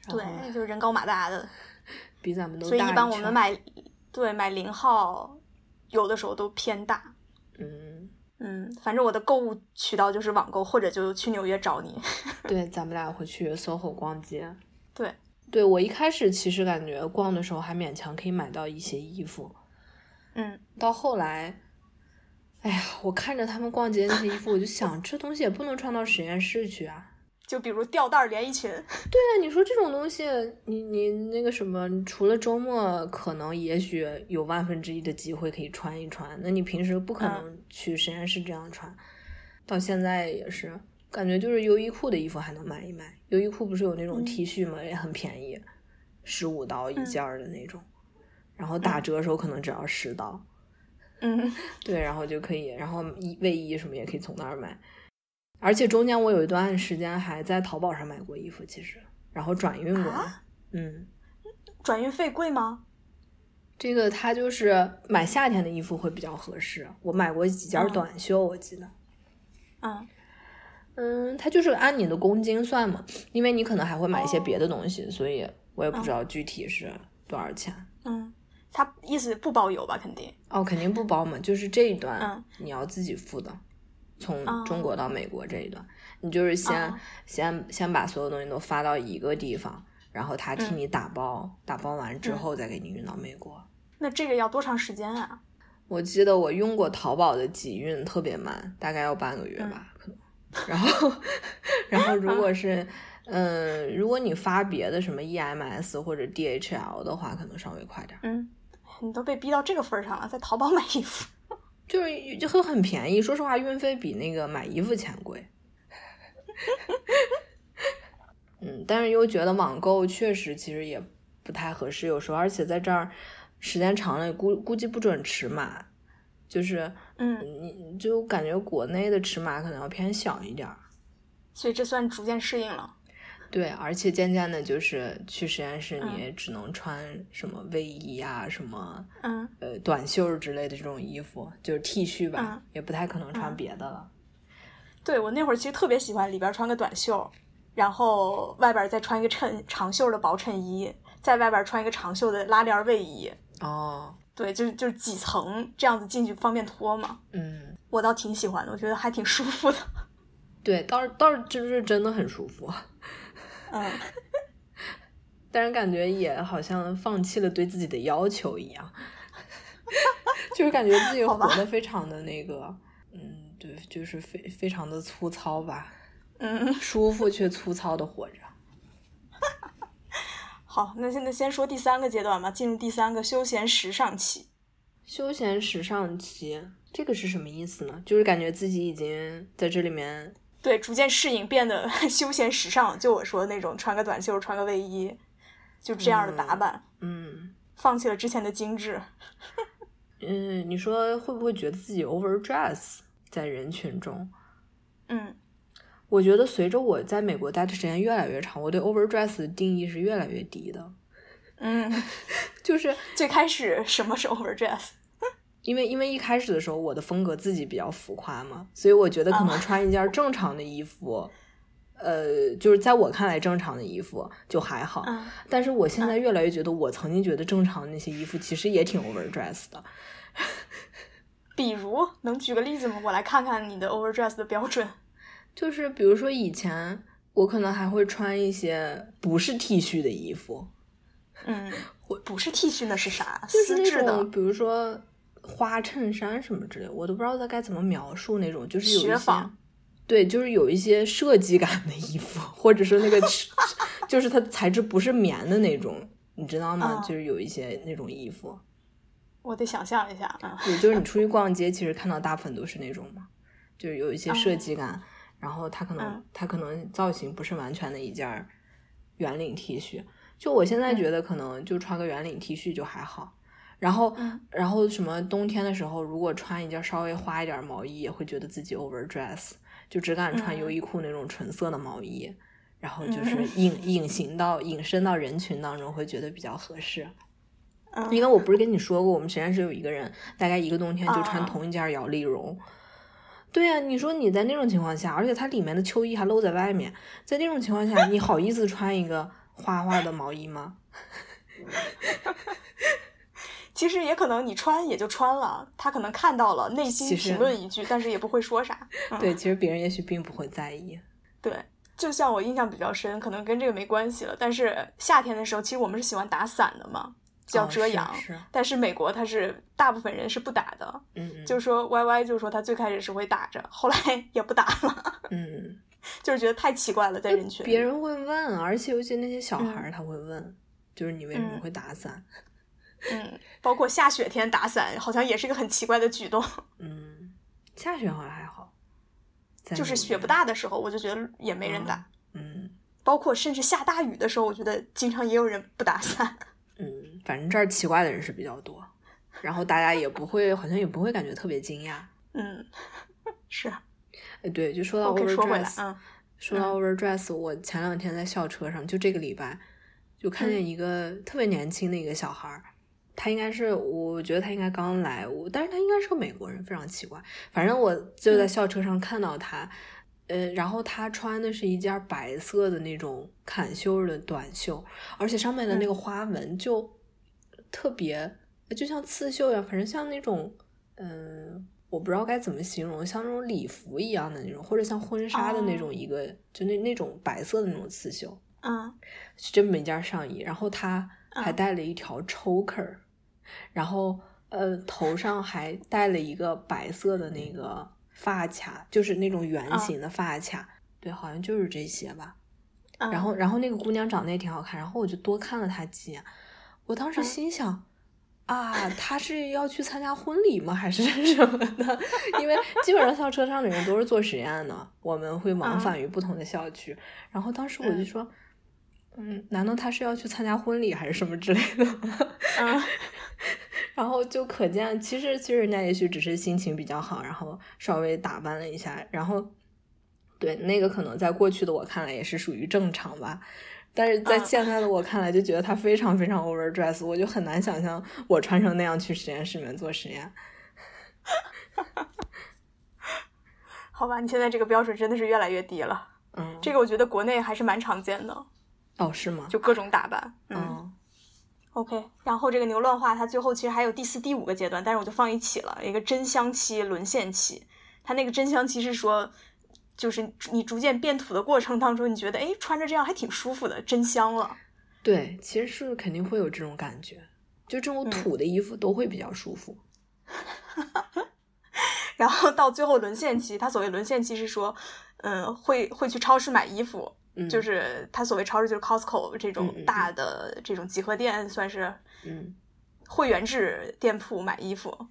[SPEAKER 1] 然
[SPEAKER 2] 对
[SPEAKER 1] 后，
[SPEAKER 2] 就是人高马大的，
[SPEAKER 1] 比咱们都
[SPEAKER 2] 所以
[SPEAKER 1] 大
[SPEAKER 2] 一般我
[SPEAKER 1] 圈
[SPEAKER 2] 们买对买零号，有的时候都偏大。
[SPEAKER 1] 嗯，
[SPEAKER 2] 嗯，反正我的购物渠道就是网购，或者就去纽约找你。
[SPEAKER 1] 对，咱们俩会去 SOHO 逛街。
[SPEAKER 2] 对，
[SPEAKER 1] 对我一开始其实感觉逛的时候还勉强可以买到一些衣服，
[SPEAKER 2] 嗯，
[SPEAKER 1] 到后来，哎呀，我看着他们逛街那些衣服，我就想这东西也不能穿到实验室去啊。
[SPEAKER 2] 就比如吊带儿连衣裙，嗯
[SPEAKER 1] 对啊，你说这种东西，你你那个什么，你除了周末可能也许有万分之一的机会可以穿一穿，那你平时不可能去实验室这样穿。到现在也是，感觉就是优衣库的衣服还能买一买。优衣库不是有那种
[SPEAKER 2] 嗯
[SPEAKER 1] T 恤吗？也很便宜，十五刀一件儿的那种，然后打折的时候可能只要十刀。
[SPEAKER 2] 嗯，
[SPEAKER 1] 对，然后就可以，然后衣卫衣什么也可以从那儿买。而且中间我有一段时间还在淘宝上买过衣服，其实，然后转运过来。
[SPEAKER 2] 啊
[SPEAKER 1] 嗯，
[SPEAKER 2] 转运费贵吗？
[SPEAKER 1] 这个它就是买夏天的衣服会比较合适。我买过几件
[SPEAKER 2] 嗯
[SPEAKER 1] 短袖，我记得。
[SPEAKER 2] 嗯
[SPEAKER 1] 嗯，它就是按你的公斤算嘛，因为你可能还会买一些别的东西，所以我也不知道具体是多少钱。
[SPEAKER 2] 嗯，他意思不包邮吧？肯定。
[SPEAKER 1] 哦，肯定不包嘛，就是这一段
[SPEAKER 2] 嗯
[SPEAKER 1] 你要自己付的，从
[SPEAKER 2] 哦
[SPEAKER 1] 中国到美国这一段，你就是先、
[SPEAKER 2] 哦
[SPEAKER 1] 先先把所有东西都发到一个地方，然后他替
[SPEAKER 2] 嗯
[SPEAKER 1] 你打包，打包完之后再给你运到美国。
[SPEAKER 2] 那这个要多长时间啊？
[SPEAKER 1] 我记得我用过淘宝的集运，特别慢，大概要半个月
[SPEAKER 2] 嗯
[SPEAKER 1] 吧，可能。然后， 然后如果是，嗯，如果你发别的什么 EMS 或者 DHL 的话，可能稍微快点儿，
[SPEAKER 2] 嗯，你都被逼到这个份儿上了，在淘宝买衣服。
[SPEAKER 1] 就是就会很便宜。说实话，运费比那个买衣服钱贵。 嗯，但是又觉得网购确实其实也不太合适，有时候而且在这儿时间长了，估估计不准尺码，就是
[SPEAKER 2] 嗯，
[SPEAKER 1] 你你就感觉国内的尺码可能要偏小一点儿。
[SPEAKER 2] 所以这算逐渐适应了。
[SPEAKER 1] 对，而且渐渐的，就是去实验室，
[SPEAKER 2] 嗯
[SPEAKER 1] 你也只能穿什么卫衣啊、什么
[SPEAKER 2] 嗯
[SPEAKER 1] 呃短袖儿之类的这种衣服，就是 T 恤吧，
[SPEAKER 2] 嗯
[SPEAKER 1] 也不太可能穿
[SPEAKER 2] 嗯
[SPEAKER 1] 别的了。
[SPEAKER 2] 对我那会儿其实特别喜欢里边穿个短袖，然后外边再穿一个衬长袖的薄衬衣，在外边穿一个长袖的拉链卫衣。
[SPEAKER 1] 哦，
[SPEAKER 2] 对，就是就是几层这样子进去方便脱嘛。
[SPEAKER 1] 嗯，
[SPEAKER 2] 我倒挺喜欢的，我觉得还挺舒服的。
[SPEAKER 1] 对，倒是倒是就是真的很舒服，
[SPEAKER 2] 嗯，
[SPEAKER 1] 但是感觉也好像放弃了对自己的要求一样， 就是感觉自己活得非常的那个，嗯，对，就是非非常的粗糙吧，
[SPEAKER 2] 嗯，
[SPEAKER 1] 舒服却粗糙的活着。
[SPEAKER 2] 好，那现在先说第三个阶段吧，进入第三个休闲时尚期。
[SPEAKER 1] 休闲时尚期，这个是什么意思呢？就是感觉自己已经在这里面，
[SPEAKER 2] 对，逐渐适应，变得 休闲时尚。就我说的那种，穿个短袖，穿个卫衣，就这样的打扮，
[SPEAKER 1] 嗯
[SPEAKER 2] 放弃了之前的精致。
[SPEAKER 1] 嗯，你说会不会觉得自己 overdress 在人群中？
[SPEAKER 2] 嗯
[SPEAKER 1] 我觉得随着我在美国待的时间越来越长，我对 overdress 的定义是越来越低的，
[SPEAKER 2] 嗯，
[SPEAKER 1] 就是
[SPEAKER 2] 最开始什么是 overdress？
[SPEAKER 1] 因为因为一开始的时候我的风格自己比较浮夸嘛，所以我觉得可能
[SPEAKER 2] 啊
[SPEAKER 1] 穿一件正常的衣服，呃，就是在我看来正常的衣服就还好。
[SPEAKER 2] 嗯
[SPEAKER 1] 但是我现在越来越觉得，我曾经觉得正常的那些衣服其实也挺 overdress 的。
[SPEAKER 2] 比如能举个例子吗？我来看看你的 overdress 的标准。
[SPEAKER 1] 就是比如说以前我可能还会穿一些不是 T 恤的衣服，
[SPEAKER 2] 嗯，不是 T 恤那是啥？
[SPEAKER 1] 就是
[SPEAKER 2] 丝
[SPEAKER 1] 那
[SPEAKER 2] 质的
[SPEAKER 1] 种比如说花衬衫什么之类的，我都不知道该怎么描述那种，就是有一
[SPEAKER 2] 雪
[SPEAKER 1] 些
[SPEAKER 2] 纺。
[SPEAKER 1] 对，就是有一些设计感的衣服，或者说那个 是，就是它材质不是棉的那种，你知道吗？
[SPEAKER 2] 啊
[SPEAKER 1] 就是有一些那种衣服，
[SPEAKER 2] 我得想象一下啊。
[SPEAKER 1] 也就是你出去逛街，其实看到大部分都是那种嘛，就是有一些设计感，然后它可能、
[SPEAKER 2] 哦嗯
[SPEAKER 1] 它可能造型不是完全的一件儿圆领 T 恤，就我现在
[SPEAKER 2] 嗯
[SPEAKER 1] 觉得，可能就穿个圆领 T 恤就还好。然后，
[SPEAKER 2] 嗯
[SPEAKER 1] 然后什么冬天的时候，如果穿一件稍微花一点毛衣，也会觉得自己 overdress，就只敢穿
[SPEAKER 2] 嗯
[SPEAKER 1] 优衣库那种纯色的毛衣，然后就是隐隐形到隐身到人群当中，会觉得比较合适。因为我不是跟你说过，我们实验室有一个人，大概一个冬天就
[SPEAKER 2] 啊
[SPEAKER 1] 穿同一件摇粒绒。对呀、你说你在那种情况下，而且它里面的秋衣还露在外面，在这种情况下，你好意思穿一个花花的毛衣 吗？
[SPEAKER 2] 其实也可能你穿也就穿了，他可能看到了，内
[SPEAKER 1] 其
[SPEAKER 2] 心
[SPEAKER 1] 实
[SPEAKER 2] 评论一句，但是也不会说啥。嗯、
[SPEAKER 1] 对，其实别人也许并不会在意。
[SPEAKER 2] 对，就像我印象比较深，可能跟这个没关系了。但是夏天的时候，其实我们是喜欢打伞的嘛，叫
[SPEAKER 1] 哦
[SPEAKER 2] 遮
[SPEAKER 1] 是
[SPEAKER 2] 阳。
[SPEAKER 1] 是
[SPEAKER 2] 但是美国它是大部分人是不打的，
[SPEAKER 1] 嗯嗯
[SPEAKER 2] 就说 Y Y 就说他最开始是会打着，后来 也不打了，
[SPEAKER 1] 嗯，
[SPEAKER 2] 就是觉得太奇怪了，在人群里
[SPEAKER 1] 别人会问，而且尤其那些小孩儿他会问，就是你为什么
[SPEAKER 2] 嗯
[SPEAKER 1] 会打伞？
[SPEAKER 2] 嗯，包括下雪天打伞，好像也是一个很奇怪的举动。
[SPEAKER 1] 嗯，下雪好像还好，在
[SPEAKER 2] 就是
[SPEAKER 1] 纽
[SPEAKER 2] 雪
[SPEAKER 1] 约
[SPEAKER 2] 不，大的时候，我就觉得也没人打。
[SPEAKER 1] 嗯。
[SPEAKER 2] 包括甚至下大雨的时候，我觉得经常也有人不打伞。
[SPEAKER 1] 嗯，反正这儿奇怪的人是比较多，然后大家也不会，好像也不会感觉特别惊讶。
[SPEAKER 2] 嗯， 是。
[SPEAKER 1] 哎，对，就说到
[SPEAKER 2] OK，说哦回来
[SPEAKER 1] overdress，、
[SPEAKER 2] 嗯
[SPEAKER 1] 说到 overdress，我前两天在校车上，就这个礼拜，就看
[SPEAKER 2] 嗯
[SPEAKER 1] 见一个特别年轻的一个小孩儿，他应该是，我觉得他应该刚来，我但是他应该是个美国人，非常奇怪。反正我就
[SPEAKER 2] 嗯
[SPEAKER 1] 在校车上看到他，呃，然后他穿的是一件白色的那种坎袖儿的短袖，而且上面的那个花纹就特别，就像刺绣一样，反正像那种，嗯、我不知道该怎么形容，像那种礼服一样的那种，或者像婚纱的那种一个，就那那种白色的那种刺绣，
[SPEAKER 2] 嗯
[SPEAKER 1] 是这么一件上衣，然后他还
[SPEAKER 2] 嗯
[SPEAKER 1] 带了一条 choker，、然后呃头上还戴了一个白色的那个发卡，就是那种圆
[SPEAKER 2] 啊
[SPEAKER 1] 形的发卡，对，好像就是这些吧。
[SPEAKER 2] 嗯，
[SPEAKER 1] 然后然后那个姑娘长得也挺好看，然后我就多看了她几眼，我当时
[SPEAKER 2] 嗯
[SPEAKER 1] 心想。啊，她是要去参加婚礼吗？还是 什么的？因为基本上校车上的人都是做实验的，我们会往
[SPEAKER 2] 嗯
[SPEAKER 1] 返于不同的校区。然后当时我就
[SPEAKER 2] 嗯
[SPEAKER 1] 说，嗯，难道他是要去参加婚礼还是什么之类的吗？
[SPEAKER 2] 嗯
[SPEAKER 1] 然后就可见，其实其实人家也许只是心情比较好，然后稍微打扮了一下，然后对那个可能在过去的我看来也是属于正常吧，但是在
[SPEAKER 2] 嗯
[SPEAKER 1] 现在的我看来就觉得他非常非常 overdress，我就很难想象我穿成那样去实验室里面做实验。
[SPEAKER 2] 好吧，你现在这个标准真的是越来越低了。
[SPEAKER 1] 嗯，
[SPEAKER 2] 这个我觉得国内还是蛮常见的，
[SPEAKER 1] 哦是吗？
[SPEAKER 2] 就各种打扮。嗯
[SPEAKER 1] 嗯
[SPEAKER 2] OK，然后这个牛乱化，它最后其实还有第四、第五个阶段，但是我就放一起了，一个真香期、沦陷期。它那个真香期是说，就是你逐渐变土的过程当中，你觉得哎穿着这样还挺舒服的，真香了。
[SPEAKER 1] 对，其实是肯定会有这种感觉，就这种
[SPEAKER 2] 嗯
[SPEAKER 1] 土的衣服都会比较舒服。
[SPEAKER 2] 然后到最后沦陷期，它所谓沦陷期是说，嗯，会会去超市买衣服，
[SPEAKER 1] 嗯，
[SPEAKER 2] 就是它所谓超市就是 Costco 这
[SPEAKER 1] 嗯嗯
[SPEAKER 2] 种
[SPEAKER 1] 嗯
[SPEAKER 2] 大的这种集合店，算是
[SPEAKER 1] 嗯。
[SPEAKER 2] 会员制店铺买衣服。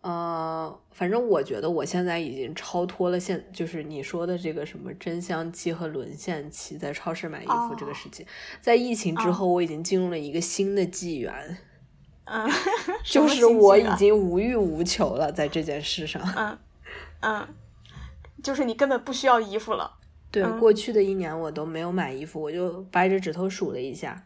[SPEAKER 1] 呃，反正我觉得我现在已经超脱了现，就是你说的这个什么真香期和沦陷期，在超市买衣服这个
[SPEAKER 2] 哦
[SPEAKER 1] 事情，在疫情之后，我已经进入了一个新的纪元，
[SPEAKER 2] 嗯，什
[SPEAKER 1] 就
[SPEAKER 2] 么
[SPEAKER 1] 是
[SPEAKER 2] 心机
[SPEAKER 1] 我已
[SPEAKER 2] 啊
[SPEAKER 1] 经无欲无求了，在这件事上。
[SPEAKER 2] 嗯，就是你根本不需要衣服了。
[SPEAKER 1] 对，
[SPEAKER 2] 嗯
[SPEAKER 1] 过去的一年我都没有买衣服，我就掰着指头数了一下，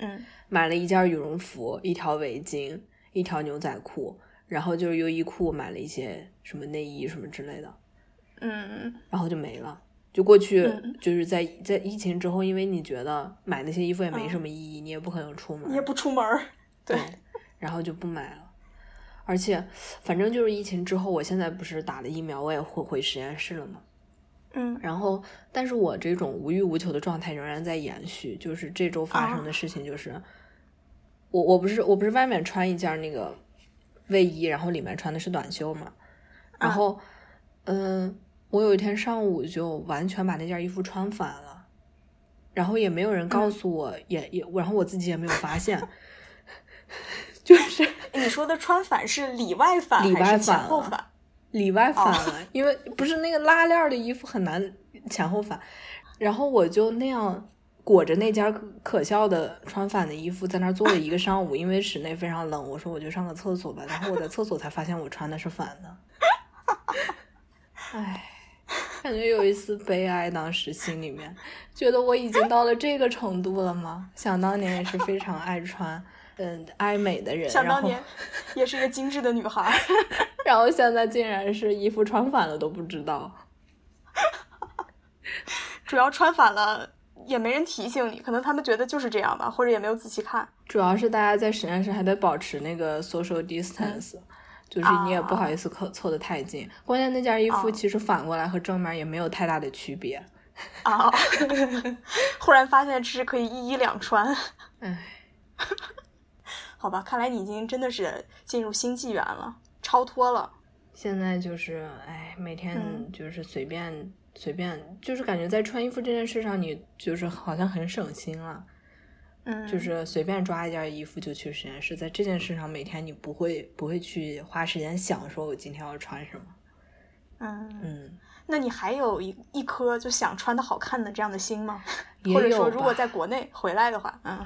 [SPEAKER 2] 嗯
[SPEAKER 1] 买了一件羽绒服、一条围巾、一条牛仔裤，然后就是优衣库买了一些什么内衣什么之类的。
[SPEAKER 2] 嗯
[SPEAKER 1] 然后就没了。就过去
[SPEAKER 2] 嗯
[SPEAKER 1] 就是在在疫情之后，因为你觉得买那些衣服也没
[SPEAKER 2] 嗯
[SPEAKER 1] 什么意义，你也不可能出门
[SPEAKER 2] 你也
[SPEAKER 1] 儿，嗯
[SPEAKER 2] 不出门儿。对，
[SPEAKER 1] 然后就不买了。而且，反正就是疫情之后，我现在不是打了疫苗，我也会回实验室了嘛。
[SPEAKER 2] 嗯
[SPEAKER 1] 然后，但是我这种无欲无求的状态仍然在延续。就是这周发生的事情，就是、我我不是我不是外面穿一件那个卫衣，然后里面穿的是短袖嘛。然后，嗯、我有一天上午就完全把那件衣服穿反了，然后也没有人告诉我，也也，然后我自己也没有发现， 就是
[SPEAKER 2] 哎你说的穿反是里外反
[SPEAKER 1] 里外
[SPEAKER 2] 还是前
[SPEAKER 1] 反
[SPEAKER 2] 后
[SPEAKER 1] 了
[SPEAKER 2] 反？
[SPEAKER 1] 里外
[SPEAKER 2] 哦
[SPEAKER 1] 反了，因为不是那个拉链儿的衣服很难前后反，然后我就那样裹着那件可笑的穿反的衣服在那儿坐了一个上午，因为室内非常冷。我说我就上个厕所吧，然后我在厕所才发现我穿的是反的。唉，感觉有一丝悲哀，当时心里面觉得我已经到了这个程度了吗？想当年也是非常爱穿，嗯，爱美的人。
[SPEAKER 2] 想当
[SPEAKER 1] 然
[SPEAKER 2] 年
[SPEAKER 1] 后
[SPEAKER 2] 也是一个精致的女孩。
[SPEAKER 1] 然后现在竟然是衣服穿反了都不知道。
[SPEAKER 2] 主要穿反了也没人提醒你，可能他们觉得就是这样吧，或者也没有仔细看。
[SPEAKER 1] 主要是大家在实验室还得保持那个 social distance，、就是你也不好意思靠凑得太近。关键那件衣服
[SPEAKER 2] 啊
[SPEAKER 1] 其实反过来和正面也没有太大的区别。
[SPEAKER 2] 啊，忽然发现这是可以一衣两穿。
[SPEAKER 1] 唉，
[SPEAKER 2] 好吧，看来你已经真的是进入新纪元了，超脱了。
[SPEAKER 1] 现在就是唉，每天
[SPEAKER 2] 嗯
[SPEAKER 1] 就是随便、随便，就是感觉在穿衣服这件事上，你就是好像很省心了，
[SPEAKER 2] 嗯，
[SPEAKER 1] 就是随便抓一件衣服就去实验室。在这件事上，每天你不会不会去花时间想说我今天要穿什么。
[SPEAKER 2] 嗯，
[SPEAKER 1] 嗯，
[SPEAKER 2] 那你还有一一颗就想穿的好看的这样的心吗？
[SPEAKER 1] 也
[SPEAKER 2] 或者
[SPEAKER 1] 有
[SPEAKER 2] 说，如果
[SPEAKER 1] 吧
[SPEAKER 2] 在国内回来的话，嗯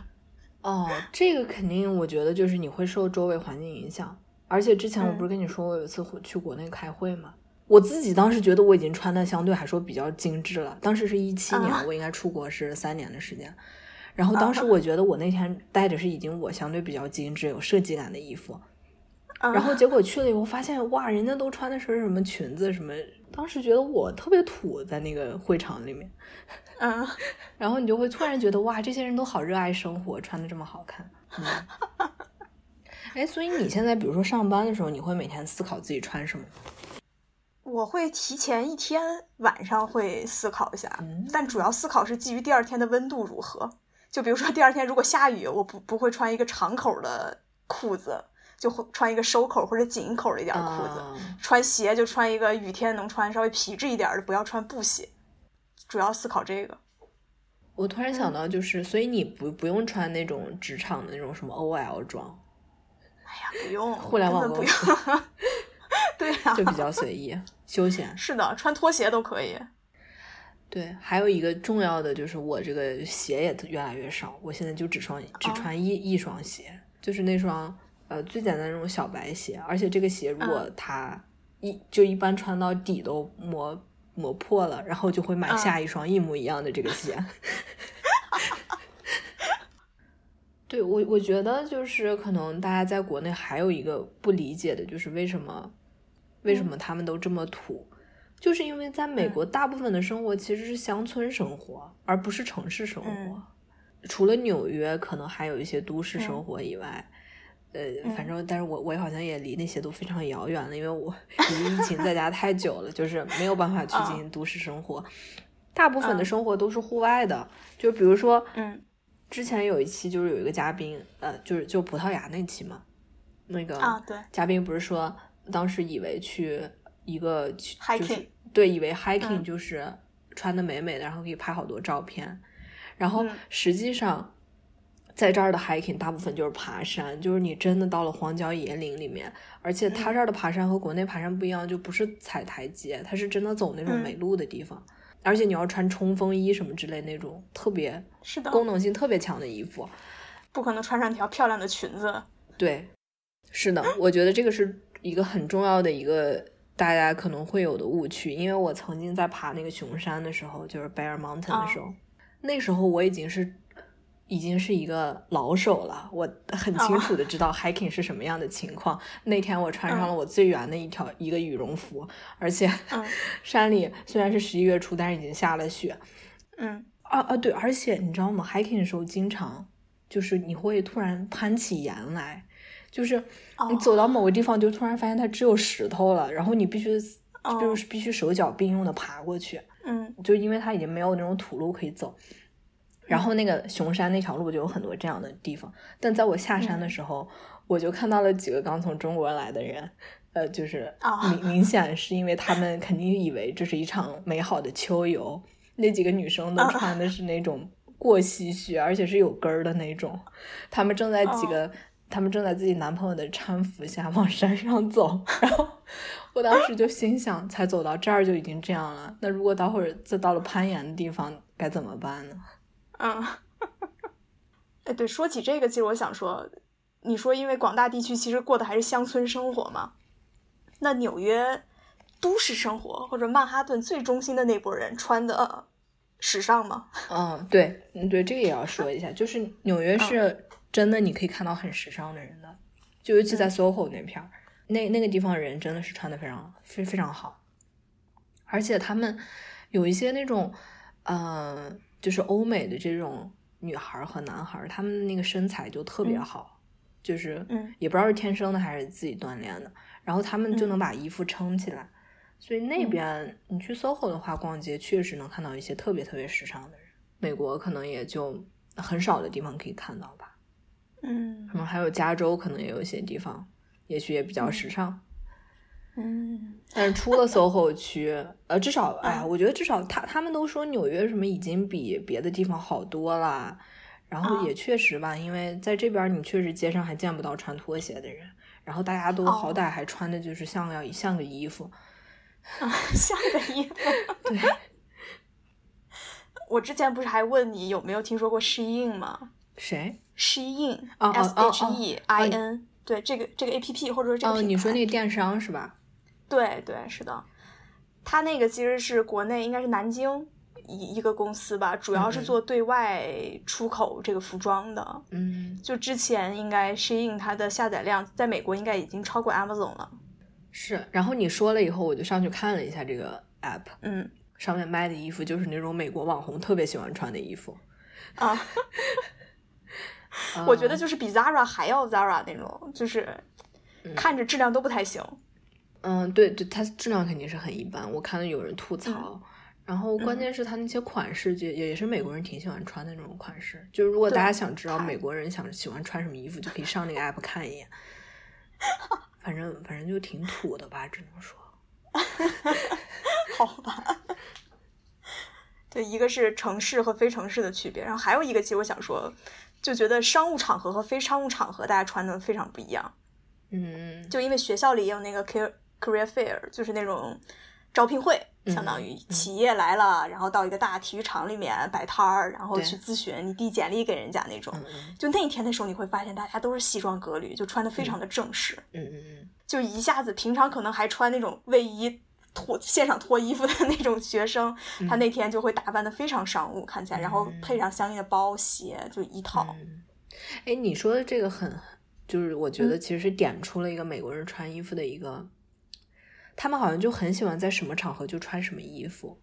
[SPEAKER 1] 哦，这个肯定，我觉得就是你会受周围环境影响。而且之前我
[SPEAKER 2] 嗯
[SPEAKER 1] 不是跟你说，我有一次回去国内开会嘛，我自己当时觉得我已经穿的相对还说比较精致了。当时是一七年
[SPEAKER 2] 啊，
[SPEAKER 1] 我应该出国是三年的时间。然后当时我觉得我那天带的是已经我相对比较精致、有设计感的衣服，
[SPEAKER 2] 嗯，
[SPEAKER 1] 然后结果去了以后发现，哇，人家都穿的是什么裙子什么，当时觉得我特别土在那个会场里面，
[SPEAKER 2] 嗯，
[SPEAKER 1] 然后你就会突然觉得，哇，这些人都好热爱生活，穿的这么好看。嗯 哎，所以你现在比如说上班的时候，你会每天思考自己穿什么吗？
[SPEAKER 2] 我会提前一天晚上会思考一下，
[SPEAKER 1] 嗯
[SPEAKER 2] 但主要思考是基于第二天的温度如何。就比如说第二天如果下雨，我不不会穿一个长口的裤子，就会穿一个收口或者紧口的一点儿裤子。
[SPEAKER 1] 啊
[SPEAKER 2] 穿鞋就穿一个雨天能穿稍微皮质一点儿的，不要穿布鞋。主要思考这个。
[SPEAKER 1] 我突然想到，就是所以你不不用穿那种职场的那种什么 OL 装，
[SPEAKER 2] 哎呀，不用，
[SPEAKER 1] 互联网
[SPEAKER 2] 根本
[SPEAKER 1] 公
[SPEAKER 2] 不用。 对啊呀、
[SPEAKER 1] 就比较随意休闲。
[SPEAKER 2] 是的，穿拖鞋都可以。
[SPEAKER 1] 对，还有一个重要的就是我这个鞋也越来越少，我现在就只穿只
[SPEAKER 2] 哦
[SPEAKER 1] 穿一、一双鞋，就是那双呃最简单的那种小白鞋，而且这个鞋如果
[SPEAKER 2] 嗯
[SPEAKER 1] 它一、就一般穿到底都磨磨破了，然后就会买
[SPEAKER 2] 嗯
[SPEAKER 1] 下一双一模一样的这个鞋。对我，我觉得就是可能大家在国内还有一个不理解的，就是为什么为
[SPEAKER 2] 嗯
[SPEAKER 1] 什么他们都这么土，就是因为在美国大部分的生活其实是乡村生活，而不是城市生活。
[SPEAKER 2] 嗯
[SPEAKER 1] 除了纽约，可能还有一些都市生活以外。呃，
[SPEAKER 2] 嗯
[SPEAKER 1] 反正，但是我我好像也离那些都非常遥远了，因为我因为疫情在家太久了，就是没有办法去
[SPEAKER 2] 啊
[SPEAKER 1] 进行都市生活。大部分的
[SPEAKER 2] 嗯
[SPEAKER 1] 生活都是户外的，就比如说，
[SPEAKER 2] 嗯
[SPEAKER 1] 之前有一期就是有一个嘉宾，呃，就是就葡萄牙那期嘛，那个
[SPEAKER 2] 啊，对，
[SPEAKER 1] 嘉宾不是说当时以为去一个去就是
[SPEAKER 2] Hiking
[SPEAKER 1] 对，以为 hiking
[SPEAKER 2] 嗯
[SPEAKER 1] 就是穿的美美的，然后可以拍好多照片，然后
[SPEAKER 2] 嗯
[SPEAKER 1] 实际上。在这儿的 hiking 大部分就是爬山，就是你真的到了荒郊野岭里面，而且它
[SPEAKER 2] 嗯
[SPEAKER 1] 这儿的爬山和国内爬山不一样，就不是踩台阶，它是真的走那种
[SPEAKER 2] 嗯
[SPEAKER 1] 美路的地方，而且你要穿冲锋衣什么之类那种特别
[SPEAKER 2] 是 的，
[SPEAKER 1] 功能性特别强的衣服。
[SPEAKER 2] 不可能穿上一条漂亮的裙子。
[SPEAKER 1] 对，是的，我觉得这个是一个很重要的一个大家可能会有的误区，因为我曾经在爬那个熊山的时候，就是 Bear Mountain 的时候，那时候我已经是。已经是一个老手了，我很清楚的知道 hiking 是什么样的情况。那天我穿上了我最圆的一条、一个羽绒服，而且、
[SPEAKER 2] 嗯
[SPEAKER 1] 山里虽然是十一月初，但是已经下了雪，
[SPEAKER 2] 嗯
[SPEAKER 1] 啊啊，对，而且你知道吗？hiking 的时候，经常就是你会突然攀起岩来，就是你
[SPEAKER 2] 哦
[SPEAKER 1] 走到某个地方，就突然发现它只有石头了，然后你必须
[SPEAKER 2] 哦
[SPEAKER 1] 就是必须手脚并用的爬过去，
[SPEAKER 2] 嗯
[SPEAKER 1] 就因为它已经没有那种土路可以走。然后那个熊山那条路就有很多这样的地方，但在我下山的时候，我就看到了几个刚从中国来的人，呃，就是
[SPEAKER 2] 啊
[SPEAKER 1] 明明显是因为他们肯定以为这是一场美好的秋游，那几个女生都
[SPEAKER 2] 啊
[SPEAKER 1] 穿的是那种过膝靴，而且是有跟儿的那种，她们正在几个。她们正在自己男朋友的搀扶下往山上走， 然后我当时就心想，才走到这儿就已经这样了，那如果待会儿再到了攀岩的地方该怎么办呢？
[SPEAKER 2] 嗯， 哎，对，说起这个，其实我想说，你说因为广大地区其实过的还是乡村生活嘛，那纽约都市生活或者曼哈顿最中心的那波人穿的、呃时尚吗？
[SPEAKER 1] 嗯，对，嗯，对，这个也要说一下，就是纽
[SPEAKER 2] 嗯
[SPEAKER 1] 约是真的，你可以看到很时尚的人的，就尤其
[SPEAKER 2] 嗯
[SPEAKER 1] 在 SOHO 那片儿，那那个地方人真的是穿的非常非非常好，而且他们有一些那种，呃，就是欧美的这种女孩儿和男孩儿，他们那个身材就特别
[SPEAKER 2] 嗯
[SPEAKER 1] 好，就是
[SPEAKER 2] 嗯
[SPEAKER 1] 也不知道是天生的还是自己锻炼的，然后他们就
[SPEAKER 2] 嗯
[SPEAKER 1] 能把衣服撑起来，所以那
[SPEAKER 2] 嗯
[SPEAKER 1] 边你去 SOHO 的话，逛街确实能看到一些特别特别时尚的人。美国可能也就很少的地方可以看到吧，
[SPEAKER 2] 嗯
[SPEAKER 1] 可能还有加州，可能也有一些地方，也许也比较时尚。
[SPEAKER 2] 嗯
[SPEAKER 1] 但是出了 SOHO 区，呃，至少，哎呀，我觉得至少他他们都说纽约什么已经比别的地方好多啦。然后
[SPEAKER 2] 啊
[SPEAKER 1] 也确实吧，因为在这边你确实街上还见不到穿拖鞋的人，然后大家都
[SPEAKER 2] 哦
[SPEAKER 1] 好歹还穿的就是像个像个衣服，
[SPEAKER 2] 啊，下一个衣服。
[SPEAKER 1] 对，
[SPEAKER 2] 我之前不是还问你有没有听说过 Shein 吗
[SPEAKER 1] 谁？
[SPEAKER 2] ？Shein
[SPEAKER 1] 哦哦哦
[SPEAKER 2] S
[SPEAKER 1] 哦
[SPEAKER 2] H E I N，对这个这个 A P P 或者说这个
[SPEAKER 1] 哦，
[SPEAKER 2] 品
[SPEAKER 1] 你说
[SPEAKER 2] 牌
[SPEAKER 1] 那个电商是吧？
[SPEAKER 2] 对对，是的，它那个其实是国内应该是南京一一个公司吧，主要
[SPEAKER 1] 嗯
[SPEAKER 2] 是
[SPEAKER 1] 嗯
[SPEAKER 2] 做对外出口这个服装的。
[SPEAKER 1] 嗯，
[SPEAKER 2] 就之前应该 Shein 它的下载量在美国应该已经超过 Amazon 了。
[SPEAKER 1] 是。然后你说了以后，我就上去看了一下这个 app，
[SPEAKER 2] 嗯
[SPEAKER 1] 上面卖的衣服就是那种美国网红特别喜欢穿的衣服。
[SPEAKER 2] 啊，
[SPEAKER 1] 哦
[SPEAKER 2] 我觉得就是比 Zara 还要 Zara 那种，就是看着质量都不太行。
[SPEAKER 1] 嗯，对对，它质量肯定是很一般，我看到有人
[SPEAKER 2] 嗯
[SPEAKER 1] 吐槽。然后关键是它那些款式就也也是美国人挺喜欢穿的那种款式，就是如果
[SPEAKER 2] 对
[SPEAKER 1] 大家想知道
[SPEAKER 2] 它
[SPEAKER 1] 美国人想喜欢穿什么衣服，就可以上那个 app 看 一眼。反正反正就挺土的吧，只能说。
[SPEAKER 2] 好吧。对，一个是城市和非城市的区别，然后还有一个，其实我想说，就觉得商务场合和非商务场合大家穿的非常不一样。
[SPEAKER 1] 嗯，
[SPEAKER 2] 就因为学校里也有那个 care- career fair，就是那种招聘会，
[SPEAKER 1] 嗯
[SPEAKER 2] 相当于企业来了，然后到一个大体育场里面摆摊儿，然后
[SPEAKER 1] 对
[SPEAKER 2] 去咨询你递简历给人家那种。
[SPEAKER 1] 嗯嗯
[SPEAKER 2] 就那一天的时候，你会发现大家都是西装革履，就穿的非常的正式。
[SPEAKER 1] 嗯嗯嗯。
[SPEAKER 2] 就一下子平常可能还穿那种卫衣脱现场脱衣服的 那种学生，
[SPEAKER 1] 嗯
[SPEAKER 2] 他那天就会打扮的非常商务，看起来，然后配上相应的包鞋，就一套。
[SPEAKER 1] 哎，你说的这个很，就是我觉得
[SPEAKER 2] 嗯
[SPEAKER 1] 其实是点出了一个美国人穿衣服的一个，他们好像就很喜欢在什么场合就穿什么衣服，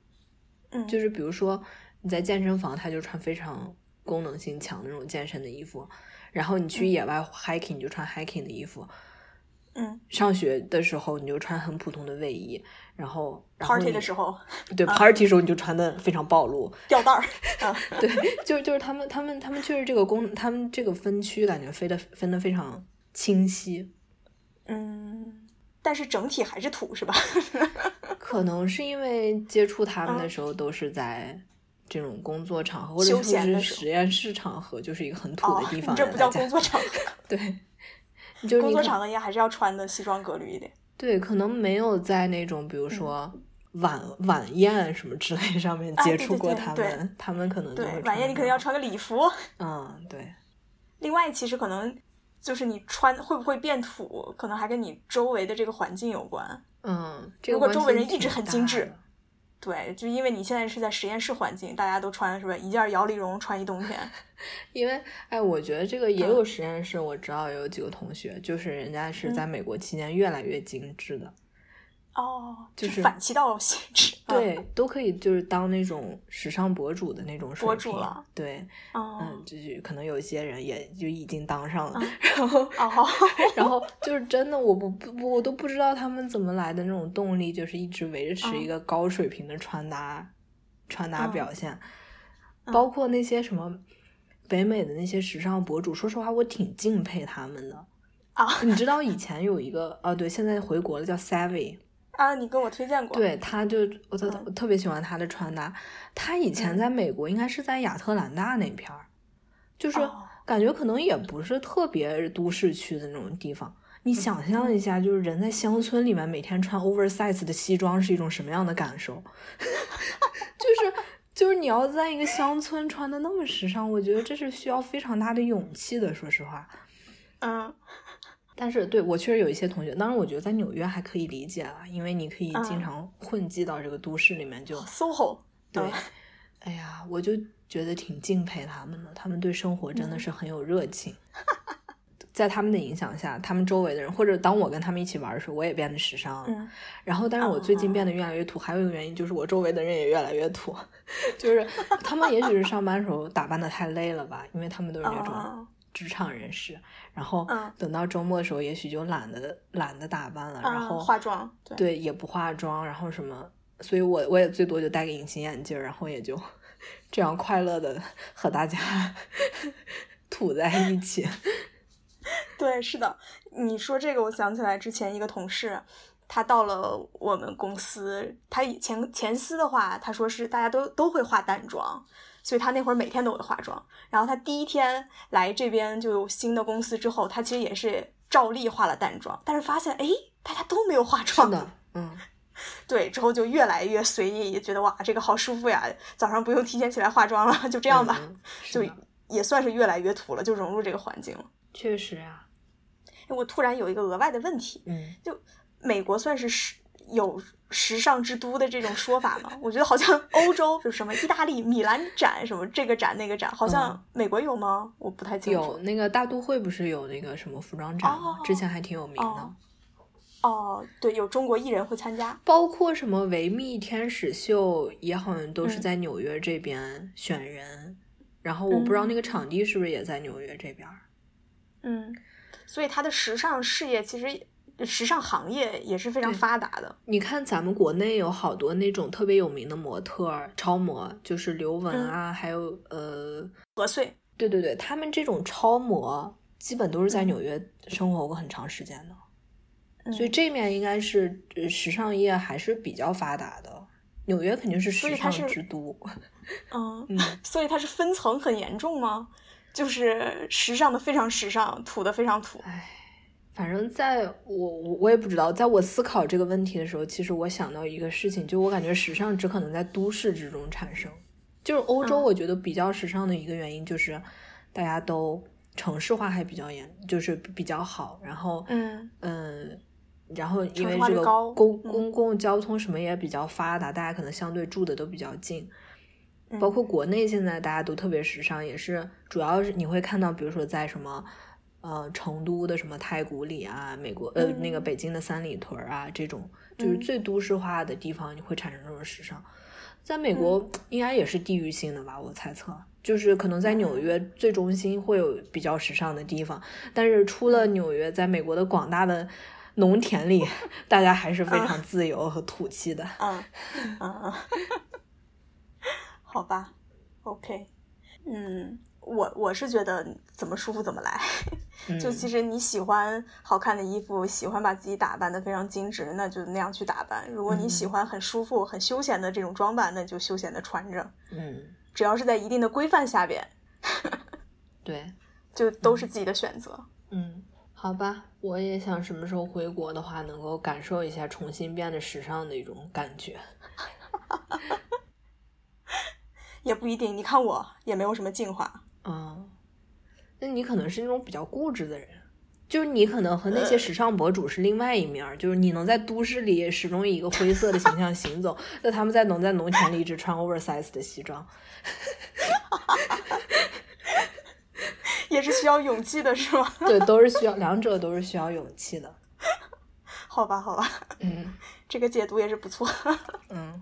[SPEAKER 2] 嗯，
[SPEAKER 1] 就是比如说你在健身房，他就穿非常功能性强的那种健身的衣服，然后你去野外 hiking 你就穿 hiking 的衣服，
[SPEAKER 2] 嗯
[SPEAKER 1] 上学的时候你就穿很普通的卫衣，然后然后
[SPEAKER 2] ，party
[SPEAKER 1] 你
[SPEAKER 2] 的时候嗯
[SPEAKER 1] 对 party 的时候你就穿的非常暴 露，
[SPEAKER 2] 吊带儿，嗯
[SPEAKER 1] 对，就是就是他们他们他们确实这个功，他们这个分区感觉分的分的非常清晰，
[SPEAKER 2] 嗯，但是整体还是土是吧？
[SPEAKER 1] 可能是因为接触他们的
[SPEAKER 2] 嗯
[SPEAKER 1] 时候都是在这种工作场合，或者
[SPEAKER 2] 休
[SPEAKER 1] 说
[SPEAKER 2] 闲
[SPEAKER 1] 是
[SPEAKER 2] 的时候
[SPEAKER 1] 实验室场合，就是一个很土
[SPEAKER 2] 哦
[SPEAKER 1] 的地，方
[SPEAKER 2] 你
[SPEAKER 1] 呀。
[SPEAKER 2] 这不叫
[SPEAKER 1] 大家
[SPEAKER 2] 工作场 合，
[SPEAKER 1] 对，就是
[SPEAKER 2] 工
[SPEAKER 1] 你
[SPEAKER 2] 作
[SPEAKER 1] 可
[SPEAKER 2] 场合应该还是要穿的西装革履一点。
[SPEAKER 1] 对，可能没有在那种
[SPEAKER 2] 嗯
[SPEAKER 1] 比如说。晚晚宴什么之类上面
[SPEAKER 2] 啊
[SPEAKER 1] 接
[SPEAKER 2] 对
[SPEAKER 1] 触
[SPEAKER 2] 对
[SPEAKER 1] 过
[SPEAKER 2] 对
[SPEAKER 1] 他们，
[SPEAKER 2] 对
[SPEAKER 1] 他们可能就
[SPEAKER 2] 对
[SPEAKER 1] 会，
[SPEAKER 2] 晚
[SPEAKER 1] 穿
[SPEAKER 2] 宴你
[SPEAKER 1] 得
[SPEAKER 2] 可能
[SPEAKER 1] 很
[SPEAKER 2] 要
[SPEAKER 1] 好
[SPEAKER 2] 穿个礼服。
[SPEAKER 1] 嗯，对，
[SPEAKER 2] 另外，其实可能就是你穿会不会变土，可能还跟你周围的这个环境有关。
[SPEAKER 1] 嗯，这个
[SPEAKER 2] 如果
[SPEAKER 1] 关
[SPEAKER 2] 周围
[SPEAKER 1] 系
[SPEAKER 2] 人一
[SPEAKER 1] 挺
[SPEAKER 2] 直很
[SPEAKER 1] 大
[SPEAKER 2] 精致
[SPEAKER 1] 的，
[SPEAKER 2] 对，就因为你现在是在实验室环境，大家都穿是吧？一件摇粒绒穿一冬 天。
[SPEAKER 1] 因为，哎，我觉得这个也有实验室，我知道有几个同学，就是人家
[SPEAKER 2] 嗯
[SPEAKER 1] 是在美国期间越来越精致的，
[SPEAKER 2] 哦，
[SPEAKER 1] 就是
[SPEAKER 2] 反其道而行之。
[SPEAKER 1] 对，都可以就是当那种时尚博主的那种水
[SPEAKER 2] 博
[SPEAKER 1] 平
[SPEAKER 2] 主了，
[SPEAKER 1] 对，
[SPEAKER 2] 哦，嗯
[SPEAKER 1] 嗯，就是可能有一些人也就已经当上了，然后，
[SPEAKER 2] 哦，
[SPEAKER 1] 然后就是真的，我不不，我都不知道他们怎么来的那种动力，就是一直维持
[SPEAKER 2] 嗯
[SPEAKER 1] 一个高水平的穿搭、穿搭
[SPEAKER 2] 嗯
[SPEAKER 1] 表现，
[SPEAKER 2] 嗯
[SPEAKER 1] 包括那些什么北美的那些时尚博主，说实话，我挺敬佩他们的。
[SPEAKER 2] 啊
[SPEAKER 1] 你知道以前有一个啊，对，现在回国了，叫 Savvy，
[SPEAKER 2] 啊，你跟我推荐过。，
[SPEAKER 1] 对，他就我特
[SPEAKER 2] 嗯
[SPEAKER 1] 我特别喜欢他的穿搭。他以前
[SPEAKER 2] 嗯
[SPEAKER 1] 在美国，应该是在亚特兰大那片儿，就是
[SPEAKER 2] 哦
[SPEAKER 1] 感觉可能也不是特别都市区的那种地方。你想
[SPEAKER 2] 嗯
[SPEAKER 1] 象一下，就是人在乡村里面每天穿 oversize 的西装是一种什么样的感受？就是就是你要在一个乡村穿的那么时尚，我觉得这是需要非常大的勇气的。说实话，
[SPEAKER 2] 嗯，
[SPEAKER 1] 但是对我确实有一些同学，当然我觉得在纽约还可以理解啊，因为你可以经常混迹到这个都市里面就，
[SPEAKER 2] ，SOHO，
[SPEAKER 1] 对
[SPEAKER 2] 嗯
[SPEAKER 1] 哎呀，我就觉得挺敬佩他们的，他们对生活真的是很有热情。 在他们的影响下，他们周围的人，或者当我跟他们一起玩的时候，我也变得时尚了。
[SPEAKER 2] 嗯
[SPEAKER 1] 然后，但是我最近
[SPEAKER 2] 哦
[SPEAKER 1] 变得越来越土，还有一个原因就是我周围的人也越来越土， 就是他们也许是上班时候打扮的太累了吧，因为他们都是那种
[SPEAKER 2] 嗯
[SPEAKER 1] 职场人士，然后
[SPEAKER 2] 嗯
[SPEAKER 1] 等到周末的时候，也许就懒得懒得打扮了，然
[SPEAKER 2] 嗯，
[SPEAKER 1] 后
[SPEAKER 2] 化妆，对，
[SPEAKER 1] 对也不化妆，然后什么，所以我我也最多就戴个隐形眼镜儿，然后也就这样快乐的和大家 吐在一 起，
[SPEAKER 2] 对，是的，你说这个，我想起来之前一个同事，他到了我们公司，他以前前司的话，他说是大家都都会化淡妆，所以他那会儿每天都会化妆。然后他第一天来这边就新的公司之后，他其实也是照例化了淡妆，但是发现哎，诶大家都没有化
[SPEAKER 1] 是
[SPEAKER 2] 妆，
[SPEAKER 1] 的，嗯。
[SPEAKER 2] 对，之后就越来越随意，觉得哇，这个好舒服呀，早上不用提前起来化妆了，就这样吧，
[SPEAKER 1] 嗯
[SPEAKER 2] 就是
[SPEAKER 1] 的
[SPEAKER 2] 也算是越来越土了，就融入这个环境了。
[SPEAKER 1] 确实啊，
[SPEAKER 2] 哎我突然有一个额外的问题，
[SPEAKER 1] 嗯，
[SPEAKER 2] 美国算是时有时尚之都的这种说法吗？ 我觉得好像欧洲就什么意大利米兰展什么这个展那个展，好像
[SPEAKER 1] 嗯
[SPEAKER 2] 美国有吗？我不太清楚。
[SPEAKER 1] 有那个大都会不是有那个什么服装展吗？
[SPEAKER 2] 哦
[SPEAKER 1] 之前还挺有名的，
[SPEAKER 2] 哦哦，对，有中国艺人会参加。
[SPEAKER 1] 包括什么维密天使秀也好像都是
[SPEAKER 2] 嗯
[SPEAKER 1] 在纽约这边选人，然后我不知道那个场地是不是也在纽约这边儿。
[SPEAKER 2] 嗯，所以它的时尚事业其实时尚行业也是非常
[SPEAKER 1] 对
[SPEAKER 2] 发达的。
[SPEAKER 1] 你看，咱们国内有好多那种特别有名的模特儿、超模，就是刘雯
[SPEAKER 2] 嗯
[SPEAKER 1] 啊，还有呃，
[SPEAKER 2] 何穗，
[SPEAKER 1] 对对对，他们这种超模基本都是在
[SPEAKER 2] 嗯
[SPEAKER 1] 纽约生活过很长时间的，
[SPEAKER 2] 嗯、
[SPEAKER 1] 所以这面应该是呃时尚业还是比较发达的。纽约肯定是
[SPEAKER 2] 所以
[SPEAKER 1] 时
[SPEAKER 2] 它
[SPEAKER 1] 尚
[SPEAKER 2] 是
[SPEAKER 1] 之都，
[SPEAKER 2] 嗯，
[SPEAKER 1] 嗯，
[SPEAKER 2] 所以它是分层很严重吗？就是时尚的非常时尚，土的非常土。
[SPEAKER 1] 唉，反正在我我我也不知道，在我思考这个问题的时候，其实我想到一个事情，就我感觉时尚只可能在都市之中产生。就是欧洲，
[SPEAKER 2] 嗯
[SPEAKER 1] 我觉得比较时尚的一个原因就是大家都城市化还比较严，就是比较好。然后，
[SPEAKER 2] 嗯
[SPEAKER 1] 嗯，然后因
[SPEAKER 2] 城市
[SPEAKER 1] 为
[SPEAKER 2] 化
[SPEAKER 1] 这
[SPEAKER 2] 率
[SPEAKER 1] 个
[SPEAKER 2] 高
[SPEAKER 1] 公
[SPEAKER 2] 嗯
[SPEAKER 1] 公共交通什么也比较发达，大家可能相对住的都比较近。
[SPEAKER 2] 嗯
[SPEAKER 1] 包括国内现在大家都特别时尚，也是主要是你会看到，比如说在什么呃成都的什么太古里啊，美国呃、
[SPEAKER 2] 嗯
[SPEAKER 1] 那个北京的三里屯儿啊，这种就是
[SPEAKER 2] 嗯
[SPEAKER 1] 最都市化的地方，你会产生这种时尚。在美国、
[SPEAKER 2] 嗯
[SPEAKER 1] 应该也是地域性的吧，我猜测，就是可能在
[SPEAKER 2] 嗯
[SPEAKER 1] 纽约最中心会有比较时尚的地方，但是出
[SPEAKER 2] 嗯
[SPEAKER 1] 了纽约，在美国的广大的农田 里，大家还是
[SPEAKER 2] 啊
[SPEAKER 1] 非常自由和土气的。
[SPEAKER 2] 嗯，嗯嗯， 好吧，OK，嗯，我我是觉得怎么舒服怎么来，
[SPEAKER 1] 嗯、
[SPEAKER 2] 就其实你喜欢好看的衣服，喜欢把自己打扮的非常精致，那就那样去打扮；如果你喜
[SPEAKER 1] 嗯
[SPEAKER 2] 欢很舒服、很休闲的这种装扮，那就休闲的穿着，
[SPEAKER 1] 嗯，
[SPEAKER 2] 只要是在一定的规范下边，
[SPEAKER 1] 对。
[SPEAKER 2] 就都是自己的选择。
[SPEAKER 1] 嗯，好吧，我也想什么时候回国的话，能够感受一下重新变得时尚的一种感觉。
[SPEAKER 2] 也不一定，你看我也没有什么进化。
[SPEAKER 1] 嗯，那你可能是那种比较固执的人，就是你可能和那些时尚博主是另外一面儿，就是你能在都市里始终以一个灰色的形象行走，那他们在能在农田里一直穿 oversize 的西装。
[SPEAKER 2] 也是需要勇气的，是吗？
[SPEAKER 1] 对，都是需要，两者都是需要勇气的。
[SPEAKER 2] 好吧，好吧，
[SPEAKER 1] 嗯
[SPEAKER 2] 这个解读也是不错。
[SPEAKER 1] 嗯，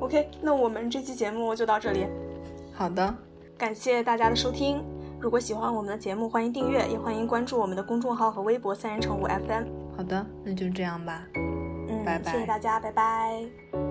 [SPEAKER 2] OK，那我们这期节目就到这里，
[SPEAKER 1] 嗯好的，
[SPEAKER 2] 感谢大家的收听。如果喜欢我们的节目，欢迎订阅，也欢迎关注我们的公众号和微博“三人成虎 FM”。
[SPEAKER 1] 好的，那就这样吧。
[SPEAKER 2] 嗯，
[SPEAKER 1] 拜拜
[SPEAKER 2] 谢谢大家，拜拜。